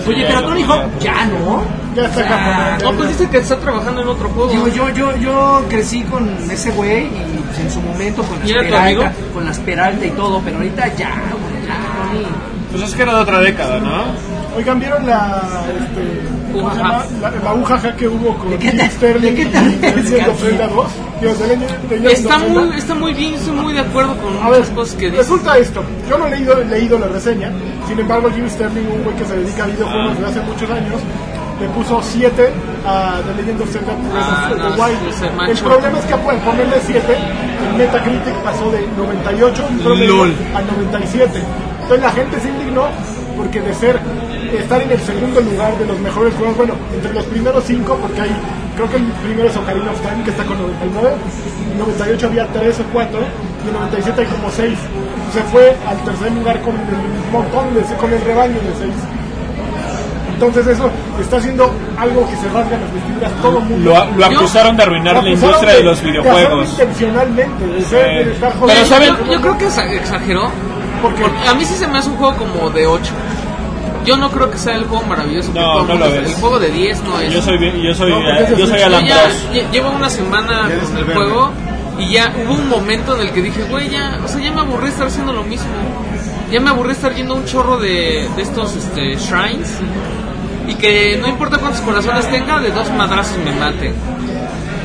[SPEAKER 4] Oye, pero Tony Hawk ya no.
[SPEAKER 1] Ya está
[SPEAKER 4] Ah,
[SPEAKER 1] japonés.
[SPEAKER 3] No, pues dice que está trabajando en otro juego.
[SPEAKER 4] Digo, yo, yo, yo crecí con ese güey y pues, en su momento con
[SPEAKER 3] ¿Y
[SPEAKER 4] las,
[SPEAKER 3] era tu
[SPEAKER 4] Peralta,
[SPEAKER 3] amigo?
[SPEAKER 4] con las Peralta y todo, pero ahorita ya, güey, ya, Tony.
[SPEAKER 5] Pues es que era de otra década, ¿no?
[SPEAKER 1] Oigan, ¿vieron la, este, ¿cómo se llama? la, la ujaja que hubo con
[SPEAKER 4] qué te-
[SPEAKER 1] Jim Sterling
[SPEAKER 4] de qué te
[SPEAKER 1] y
[SPEAKER 4] ríes,
[SPEAKER 1] Legend of
[SPEAKER 4] García?
[SPEAKER 1] Zelda 2? Digo, de Legend- de Legend
[SPEAKER 3] Está
[SPEAKER 1] of Zelda.
[SPEAKER 3] muy, está muy bien, estoy muy de acuerdo con
[SPEAKER 1] A ver, pues,
[SPEAKER 3] muchas cosas que dice.
[SPEAKER 1] resulta esto. Yo no he leído, leído la reseña. Sin embargo, Jim Sterling, un güey que se dedica a videojuegos desde hace muchos años, le puso 7 a The Legend of Zelda Breath
[SPEAKER 3] Ah,
[SPEAKER 1] of the
[SPEAKER 3] no,
[SPEAKER 1] Wild.
[SPEAKER 3] ese macho.
[SPEAKER 1] El problema es que al ponerle 7, el Metacritic pasó de 98 en promedio
[SPEAKER 3] Lol.
[SPEAKER 1] a 97. Entonces la gente se indignó porque de ser estar en el segundo lugar de los mejores juegos, bueno, entre los primeros 5, porque hay, creo que el primero es Ocarina of Time, que está con 99, en 98 había 3 o 4, y en 97 hay como 6. Se fue al tercer lugar con el montón, de, con el rebaño de 6. Entonces eso está haciendo algo que se rasga las vestiduras todo el mundo.
[SPEAKER 5] Lo, a- lo acusaron de arruinar la
[SPEAKER 1] Acusaron
[SPEAKER 5] industria de los
[SPEAKER 1] hacerlo
[SPEAKER 5] videojuegos.
[SPEAKER 1] Intencionalmente, de ser- de estar
[SPEAKER 5] Pero
[SPEAKER 1] jodiendo. pues,
[SPEAKER 5] ¿saben?
[SPEAKER 3] Yo, yo creo que exa- exageró.
[SPEAKER 1] ¿Por qué?
[SPEAKER 3] Porque a mí sí se me hace un juego como de 8. Yo no creo que sea el juego maravilloso. que
[SPEAKER 5] No,
[SPEAKER 3] todo el
[SPEAKER 5] no
[SPEAKER 3] mundo-
[SPEAKER 5] lo es.
[SPEAKER 3] El juego de 10 no es.
[SPEAKER 5] Yo soy, bien- yo soy, yo soy
[SPEAKER 3] Yo
[SPEAKER 5] Alan
[SPEAKER 3] ya
[SPEAKER 5] Bros.
[SPEAKER 3] lle- llevo una semana
[SPEAKER 2] Ya eres
[SPEAKER 3] con
[SPEAKER 2] el
[SPEAKER 3] el
[SPEAKER 2] verde.
[SPEAKER 3] juego y ya hubo un momento en el que dije, güey, ya, o sea, ya me aburrí estar haciendo lo mismo. Ya me aburrí estar yendo a un chorro de, de estos este, shrines y que no importa cuántos corazones tenga, de dos madrazos me mate.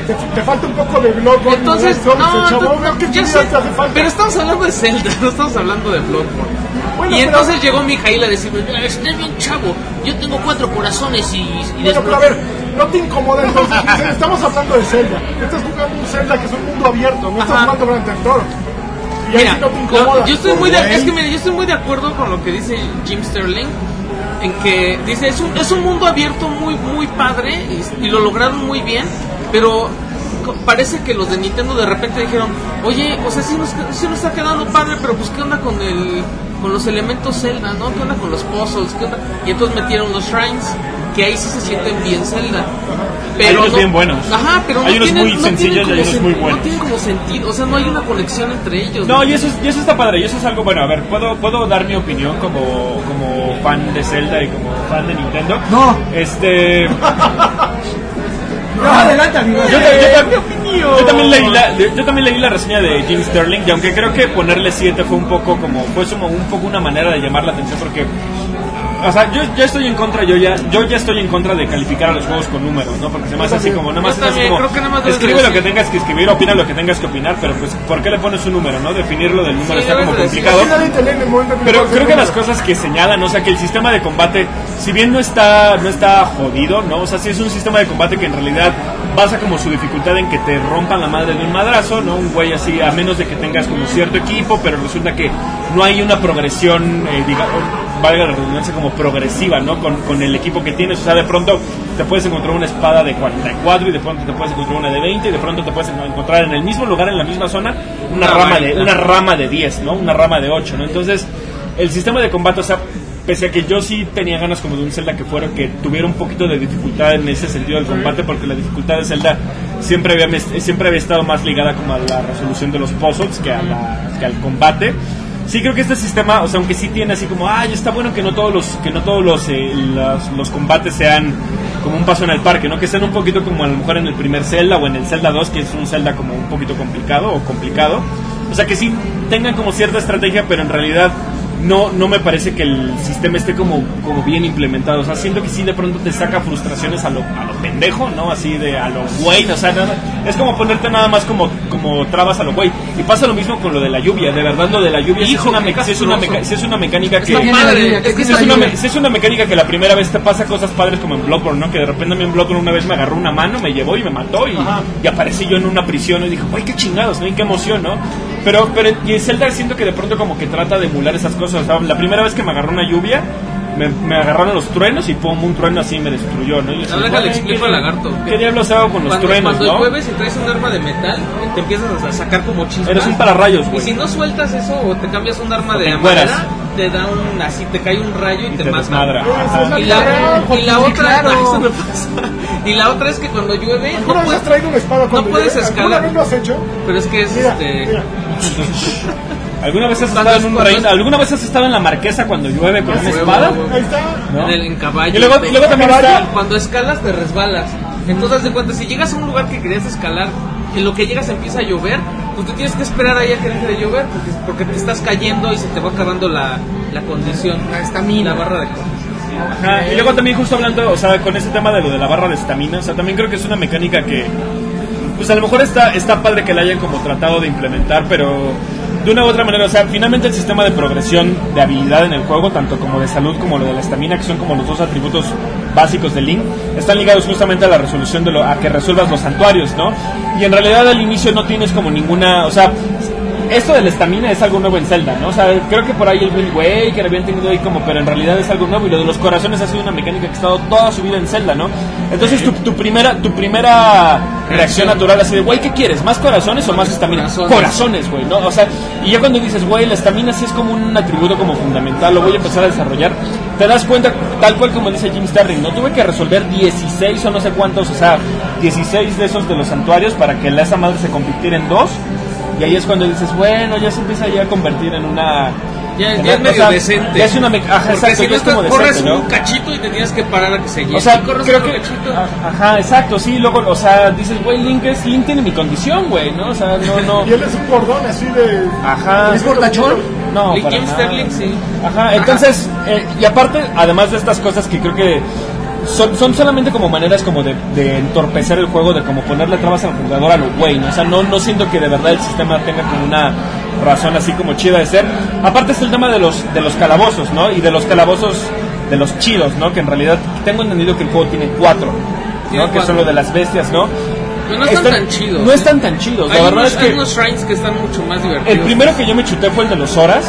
[SPEAKER 1] Te, te falta un poco de Bloodborne.
[SPEAKER 3] Entonces,
[SPEAKER 1] ¿no?
[SPEAKER 3] no,
[SPEAKER 1] Eso, ese chavo,
[SPEAKER 3] no,
[SPEAKER 1] ¿no? ¿Qué
[SPEAKER 3] ya
[SPEAKER 1] chingados
[SPEAKER 3] sé,
[SPEAKER 1] te hace falta?
[SPEAKER 3] pero estamos hablando de Zelda, no estamos hablando de Bloodborne.
[SPEAKER 1] Bueno,
[SPEAKER 3] y
[SPEAKER 1] pero-
[SPEAKER 3] entonces llegó Mijail a decirme, "Mira, estoy bien chavo, yo tengo cuatro corazones y, y
[SPEAKER 1] Bueno, pero a
[SPEAKER 3] desbloqueo".
[SPEAKER 1] ver, no te incomoda entonces. Estamos hablando de Zelda. Estás jugando un Zelda que es un mundo abierto. No estás
[SPEAKER 3] Ajá.
[SPEAKER 1] jugando Grand Theft Auto. Y ahí
[SPEAKER 3] Mira,
[SPEAKER 1] sí no te
[SPEAKER 3] lo-
[SPEAKER 1] incomoda.
[SPEAKER 3] yo estoy muy
[SPEAKER 2] güey.
[SPEAKER 3] de, es que mira, yo estoy muy de acuerdo con lo que dice Jim Sterling en que dice es un, es un mundo abierto muy muy padre y, y lo lograron muy bien, pero co- parece que los de Nintendo de repente dijeron, "Oye, o sea, sí nos, sí nos está quedando padre, pero pues qué onda con el con los elementos Zelda, ¿no? ¿Qué onda con los puzzles? ¿Qué onda?" Y entonces metieron los shrines que ahí sí se sienten bien Zelda. Pero
[SPEAKER 5] Hay unos
[SPEAKER 3] no-
[SPEAKER 5] bien buenos.
[SPEAKER 3] Ajá, pero
[SPEAKER 5] Hay
[SPEAKER 3] no
[SPEAKER 5] unos
[SPEAKER 3] tienen-
[SPEAKER 5] muy
[SPEAKER 3] no tienen
[SPEAKER 5] sencillos y hay
[SPEAKER 3] como
[SPEAKER 5] unos
[SPEAKER 3] sen-
[SPEAKER 5] muy
[SPEAKER 3] no
[SPEAKER 5] buenos.
[SPEAKER 3] tienen como sentido, o sea, no hay una conexión entre ellos.
[SPEAKER 5] No, y eso, es- y eso está padre, y eso es algo bueno. A ver, ¿puedo, puedo dar mi opinión como, como fan de Zelda y como fan de Nintendo?
[SPEAKER 4] No.
[SPEAKER 5] Este.
[SPEAKER 4] No, adelante, amigo.
[SPEAKER 5] Yo, ta- yo ta- yo también leí la, yo también leí la reseña de Jim Sterling y aunque creo que ponerle 7 fue un poco como fue como un poco una manera de llamar la atención porque o sea, yo ya estoy en contra, yo ya, yo ya estoy en contra de calificar a los juegos con números, ¿no? Porque se me hace así como, nada más
[SPEAKER 3] Yo
[SPEAKER 5] es así
[SPEAKER 3] también,
[SPEAKER 5] como,
[SPEAKER 3] creo que nada más debes
[SPEAKER 5] escribe
[SPEAKER 3] de
[SPEAKER 5] lo que
[SPEAKER 3] decir.
[SPEAKER 5] tengas que escribir, opina lo que tengas que opinar, pero pues, ¿por qué le pones un número, no? Definirlo del número
[SPEAKER 3] Sí,
[SPEAKER 5] está como
[SPEAKER 3] debes de decir.
[SPEAKER 5] complicado.
[SPEAKER 1] Sí, nadie te lee en el momento que
[SPEAKER 5] Pero
[SPEAKER 1] estás
[SPEAKER 5] creo que
[SPEAKER 1] haciendo.
[SPEAKER 5] las cosas que señalan, o sea, que el sistema de combate, si bien no está, no está jodido, ¿no? O sea, si es un sistema de combate que en realidad basa como su dificultad en que te rompan la madre de un madrazo, ¿no? Un güey así, a menos de que tengas como cierto equipo, pero resulta que no hay una progresión, eh, digamos, valga la redundancia, como progresiva, ¿no? Con, con el equipo que tienes, o sea, de pronto te puedes encontrar una espada de 44 y de pronto te puedes encontrar una de 20 y de pronto te puedes encontrar en el mismo lugar, en la misma zona, una
[SPEAKER 3] Una
[SPEAKER 5] rama de,
[SPEAKER 3] varita.
[SPEAKER 5] una rama de 10, ¿no? Una rama de 8, ¿no? Entonces, el sistema de combate, o sea, pese a que yo sí tenía ganas como de un Zelda que fuera que tuviera un poquito de dificultad en ese sentido del combate, porque la dificultad de Zelda siempre había, mes- siempre había estado más ligada como a la resolución de los puzzles que, a la- que al combate. Sí creo que este sistema, o sea, aunque sí tiene así como, ay, está bueno que no todos los que no todos los, eh, las- los combates sean como un paso en el parque, ¿no? Que sean un poquito como a lo mejor en el primer Zelda o en el Zelda 2, que es un Zelda como un poquito complicado o complicado. O sea, que sí tengan como cierta estrategia, pero en realidad no, no me parece que el sistema esté como, como bien implementado. O sea, siento que sí de pronto te saca frustraciones a lo, a lo pendejo, ¿no? Así de a lo güey, o sea, nada- es como ponerte nada más como, como trabas a lo güey. Y pasa lo mismo con lo de la lluvia, de verdad lo de la lluvia sí
[SPEAKER 3] Hijo,
[SPEAKER 5] es, una
[SPEAKER 3] qué
[SPEAKER 5] meca- sí es una
[SPEAKER 3] castroso.
[SPEAKER 5] meca- sí es una mecánica que...
[SPEAKER 3] Está padre.
[SPEAKER 5] Es que sí es, una, me- sí es una mecánica que la primera vez te pasa cosas padres como en Bloodborne, ¿no? Que de repente a mí en Bloodborne una vez me agarró una mano, me llevó y me mató y, y aparecí yo en una prisión y dije, güey, qué chingados, ¿no? Y qué emoción, ¿no? Pero, pero y en Zelda siento que de pronto como que trata de emular esas cosas. O sea, la primera vez que me agarró una lluvia, me, me agarraron los truenos y pum, un trueno así me destruyó, ¿no? Y yo decía,
[SPEAKER 3] Ahora que le
[SPEAKER 5] "Güey,
[SPEAKER 3] explico
[SPEAKER 5] ¿qué-
[SPEAKER 3] al lagarto.
[SPEAKER 5] ¿Qué diablos hago con los
[SPEAKER 3] Cuando,
[SPEAKER 5] truenos,
[SPEAKER 3] cuando
[SPEAKER 5] no?
[SPEAKER 3] llueves y traes un arma de metal, te empiezas a sacar como chispas.
[SPEAKER 5] Eres un pararrayos,
[SPEAKER 3] ah, Y
[SPEAKER 5] güey.
[SPEAKER 3] si no sueltas eso o te cambias un arma
[SPEAKER 5] te
[SPEAKER 3] de
[SPEAKER 5] encueras.
[SPEAKER 3] madera, te da un así, te cae un rayo y,
[SPEAKER 5] Y
[SPEAKER 3] te,
[SPEAKER 5] te
[SPEAKER 3] mata.
[SPEAKER 5] desmadra.
[SPEAKER 3] Y la, y la
[SPEAKER 4] Sí,
[SPEAKER 3] otra,
[SPEAKER 4] claro.
[SPEAKER 3] no, eso me pasa. Y la otra es que cuando llueve, no
[SPEAKER 1] ¿Alguna vez
[SPEAKER 3] puedes-
[SPEAKER 1] has traído una espada cuando
[SPEAKER 3] no puedes
[SPEAKER 1] llueve? ¿Alguna
[SPEAKER 3] escalar.
[SPEAKER 1] vez lo has hecho?
[SPEAKER 3] Pero es que es
[SPEAKER 1] Mira,
[SPEAKER 3] este.
[SPEAKER 1] mira.
[SPEAKER 5] ¿Alguna vez has
[SPEAKER 3] Cuando
[SPEAKER 5] estado en un
[SPEAKER 3] es- cuando
[SPEAKER 5] reino?
[SPEAKER 3] es-
[SPEAKER 5] ¿Alguna vez has estado en la marquesa cuando llueve con una
[SPEAKER 3] huevo,
[SPEAKER 5] espada?
[SPEAKER 3] huevo.
[SPEAKER 1] Ahí está.
[SPEAKER 5] ¿No?
[SPEAKER 3] En el en caballo.
[SPEAKER 5] Y luego, y luego también está...
[SPEAKER 3] Cuando escalas te resbalas. Entonces, haz de cuenta, si llegas a un lugar que querías escalar, en lo que llegas empieza a llover, pues tú tienes que esperar ahí a que deje de llover, porque, porque te estás cayendo y se te va acabando la, la condición. La estamina. La barra de condición.
[SPEAKER 5] Ajá, y luego también justo hablando, o sea, con ese tema de lo de la barra de estamina, o sea, también creo que es una mecánica que, pues a lo mejor está, está padre que la hayan como tratado de implementar, pero de una u otra manera, o sea, finalmente el sistema de progresión de habilidad en el juego, tanto como de salud como lo de la estamina, que son como los dos atributos básicos de Link, están ligados justamente a la resolución de lo, a que resuelvas los santuarios, ¿no? Y en realidad al inicio no tienes como ninguna, o sea, esto de la estamina es algo nuevo en Zelda, ¿no? O sea, creo que por ahí el Wind Way que lo habían tenido ahí como, pero en realidad es algo nuevo y lo de los corazones ha sido una mecánica que ha estado toda su vida en Zelda, ¿no? Entonces tu, tu primera tu primera reacción natural así de, güey, ¿qué quieres? ¿Más corazones o más estamina?
[SPEAKER 3] Corazones.
[SPEAKER 5] Corazones, güey, ¿no? O sea, y ya cuando dices, güey, la estamina sí es como un atributo como fundamental, lo voy a empezar a desarrollar, te das cuenta, tal cual como dice Jim Starring, ¿no? Tuve que resolver 16 o no sé cuántos, o sea, 16 de esos de los santuarios para que la esa madre se convirtiera en dos. Y ahí es cuando dices, bueno, ya se empieza ya a convertir en una...
[SPEAKER 3] Ya,
[SPEAKER 5] en
[SPEAKER 3] ya es
[SPEAKER 5] una- o
[SPEAKER 3] medio
[SPEAKER 5] sea,
[SPEAKER 3] decente.
[SPEAKER 5] ya es una... meca- Ajá,
[SPEAKER 3] Porque
[SPEAKER 5] exacto,
[SPEAKER 3] si
[SPEAKER 5] ya
[SPEAKER 3] no
[SPEAKER 5] es como
[SPEAKER 3] te- corres
[SPEAKER 5] decente, ¿no?
[SPEAKER 3] un cachito y te tienes que parar a que se llene.
[SPEAKER 5] O sea,
[SPEAKER 3] Y corres
[SPEAKER 5] creo
[SPEAKER 3] otro
[SPEAKER 5] que... ah,
[SPEAKER 3] cachito.
[SPEAKER 5] a- Ajá, exacto, sí, luego, o sea, dices, güey, Link, es, Link tiene mi condición, güey, ¿no? O sea, no, no...
[SPEAKER 1] Y él es un gordón así de.
[SPEAKER 5] Ajá.
[SPEAKER 6] ¿Es gordachón?
[SPEAKER 5] No,
[SPEAKER 3] Link
[SPEAKER 5] para
[SPEAKER 3] James
[SPEAKER 5] nada.
[SPEAKER 3] Sterling, sí.
[SPEAKER 5] Ajá, entonces, eh, y aparte, además de estas cosas que creo que son, son solamente como maneras como de, de entorpecer el juego, de como ponerle trabas al jugador a lo güey, ¿no? O sea, no, no siento que de verdad el sistema tenga como una razón así como chida de ser. Aparte es el tema de los, de los calabozos, ¿no? Y de los calabozos de los chidos, ¿no? Que en realidad tengo entendido que el juego tiene cuatro,
[SPEAKER 3] Tiene
[SPEAKER 5] ¿no? Que son
[SPEAKER 3] cuatro.
[SPEAKER 5] lo de las bestias, ¿no?
[SPEAKER 3] Pero no están tan chidos. ¿eh?
[SPEAKER 5] No están tan chidos.
[SPEAKER 3] Hay
[SPEAKER 5] La verdad
[SPEAKER 3] unos,
[SPEAKER 5] es
[SPEAKER 3] hay
[SPEAKER 5] que
[SPEAKER 3] unos shrines que están mucho más divertidos.
[SPEAKER 5] el primero que yo me chuté fue el de los horas.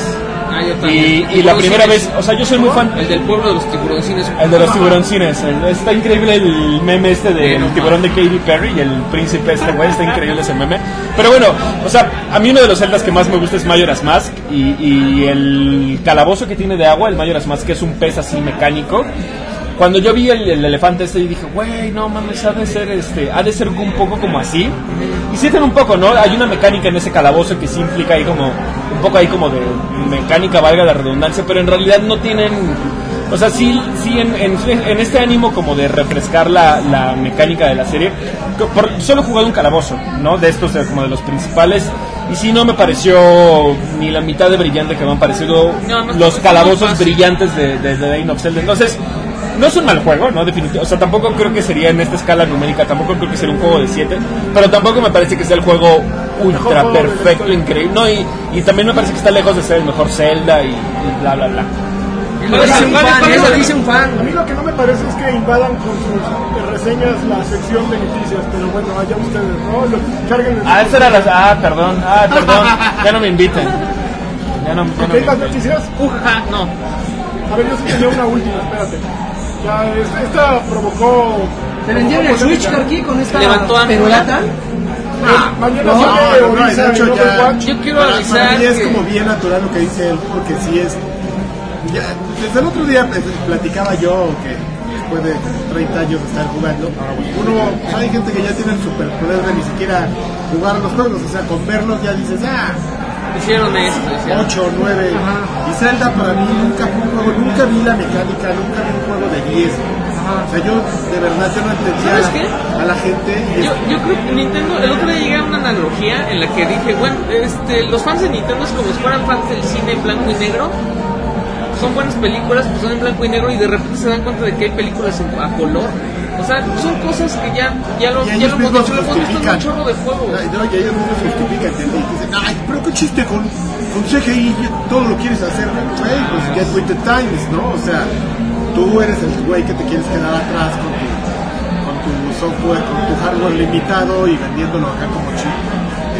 [SPEAKER 3] Ah, yo
[SPEAKER 5] Y,
[SPEAKER 3] también.
[SPEAKER 5] y la primera
[SPEAKER 3] Tiburoncines.
[SPEAKER 5] vez, o sea, yo soy muy fan
[SPEAKER 3] El del pueblo de los tiburoncines.
[SPEAKER 5] el de los tiburoncines. el- está increíble el meme este del
[SPEAKER 3] Pero, ma.
[SPEAKER 5] tiburón de Katy Perry y el príncipe este, güey. Está increíble ese meme. Pero bueno, o sea, a mí uno de los celdas que más me gusta es Majora's Mask. Y, y el calabozo que tiene de agua, el Majora's Mask, que es un pez así mecánico. Cuando yo vi el, el elefante este, y dije, güey, no mames, ha de ser este, ha de ser un poco como así. Y sí, tiene un poco, ¿no? Hay una mecánica en ese calabozo que sí implica ahí como, un poco ahí como de mecánica, valga la redundancia, pero en realidad no tienen o sea, sí, sí en, en, en este ánimo como de refrescar la, la mecánica de la serie, co- por- solo he jugado un calabozo, ¿no? De estos, eh, como de los principales. Y sí, no me pareció ni la mitad de brillante que me han parecido
[SPEAKER 3] No, no,
[SPEAKER 5] los
[SPEAKER 3] no,
[SPEAKER 5] calabozos
[SPEAKER 3] no, no,
[SPEAKER 5] brillantes de, de, de Dane of Zelda. Entonces, no es un mal juego, ¿no? Definitivo. O sea, tampoco creo que sería en esta escala numérica, tampoco creo que sería un juego de 7, pero tampoco me parece que sea el juego ultra
[SPEAKER 1] juego de la
[SPEAKER 5] perfecto, increíble. No, y, y también me parece que está lejos de ser el mejor Zelda y- y bla, bla, bla.
[SPEAKER 3] ¿Cuál es el- cuál es- cuál es el-
[SPEAKER 4] un
[SPEAKER 1] A
[SPEAKER 4] fan.
[SPEAKER 1] mí lo que no me parece es que invadan con sus reseñas la sección de noticias, pero bueno, allá ustedes, ¿no? Lo- Carguen el-
[SPEAKER 5] Ah, eso era las. Ah, perdón. Ah, perdón. Ya no me invitan. Ya no, ya no
[SPEAKER 1] Ok,
[SPEAKER 5] me
[SPEAKER 1] las
[SPEAKER 5] invitan.
[SPEAKER 1] noticias.
[SPEAKER 3] Ujaja, no.
[SPEAKER 1] A ver, yo sí tenía una última, espérate. Ya, es- esta provocó.
[SPEAKER 4] ¿Te vendieron el
[SPEAKER 1] provocó
[SPEAKER 4] Switch,
[SPEAKER 1] polémica.
[SPEAKER 4] Karki, con
[SPEAKER 2] Ah,
[SPEAKER 4] esta
[SPEAKER 3] Levantó a-
[SPEAKER 4] perolata?
[SPEAKER 1] Mañana
[SPEAKER 4] No,
[SPEAKER 1] sale
[SPEAKER 2] no, no,
[SPEAKER 1] Orisa
[SPEAKER 2] de hecho,
[SPEAKER 1] en
[SPEAKER 2] ya-
[SPEAKER 1] Overwatch.
[SPEAKER 3] Yo quiero
[SPEAKER 2] Para, para
[SPEAKER 3] avisar
[SPEAKER 2] mí es
[SPEAKER 3] que-
[SPEAKER 2] como bien natural lo que dice él, porque sí es. Ya, desde el otro día pues, platicaba yo que después de 30 años de estar jugando, uno, pues, hay gente que ya tiene el superpoder de ni siquiera jugar los juegos, o sea, con verlos ya dices, ah,
[SPEAKER 3] Hicieron esto. Hicieron.
[SPEAKER 2] 8, 9. Y Zelda para mí nunca fue un juego, nunca vi la mecánica, nunca vi un juego de 10. O sea, yo de verdad yo no entendía
[SPEAKER 3] ¿Sabes
[SPEAKER 2] a la-
[SPEAKER 3] qué?
[SPEAKER 2] a la gente. y
[SPEAKER 3] Yo, yo creo que Nintendo, el otro día llegué a una analogía en la que dije, bueno, este, los fans de Nintendo es como si fueran fans del cine en blanco y negro, son buenas películas, pues son en blanco y negro y de repente se dan cuenta de que hay películas en- a color. O sea, son cosas que ya, ya lo,
[SPEAKER 2] Y
[SPEAKER 3] ya
[SPEAKER 2] ellos
[SPEAKER 3] lo hemos
[SPEAKER 2] mismos
[SPEAKER 3] dicho, lo hemos visto en un
[SPEAKER 2] justifican. Ah,
[SPEAKER 3] chorro de juegos.
[SPEAKER 2] Ay, No, y ellos mismos justifican, ¿entiendes? Y dicen, ay, pero qué chiste con, con CGI, todo lo quieres hacer, güey, pues get with the times, ¿no? O sea, tú eres el güey que te quieres quedar atrás con tu, con tu software, con tu hardware limitado y vendiéndolo acá como chip,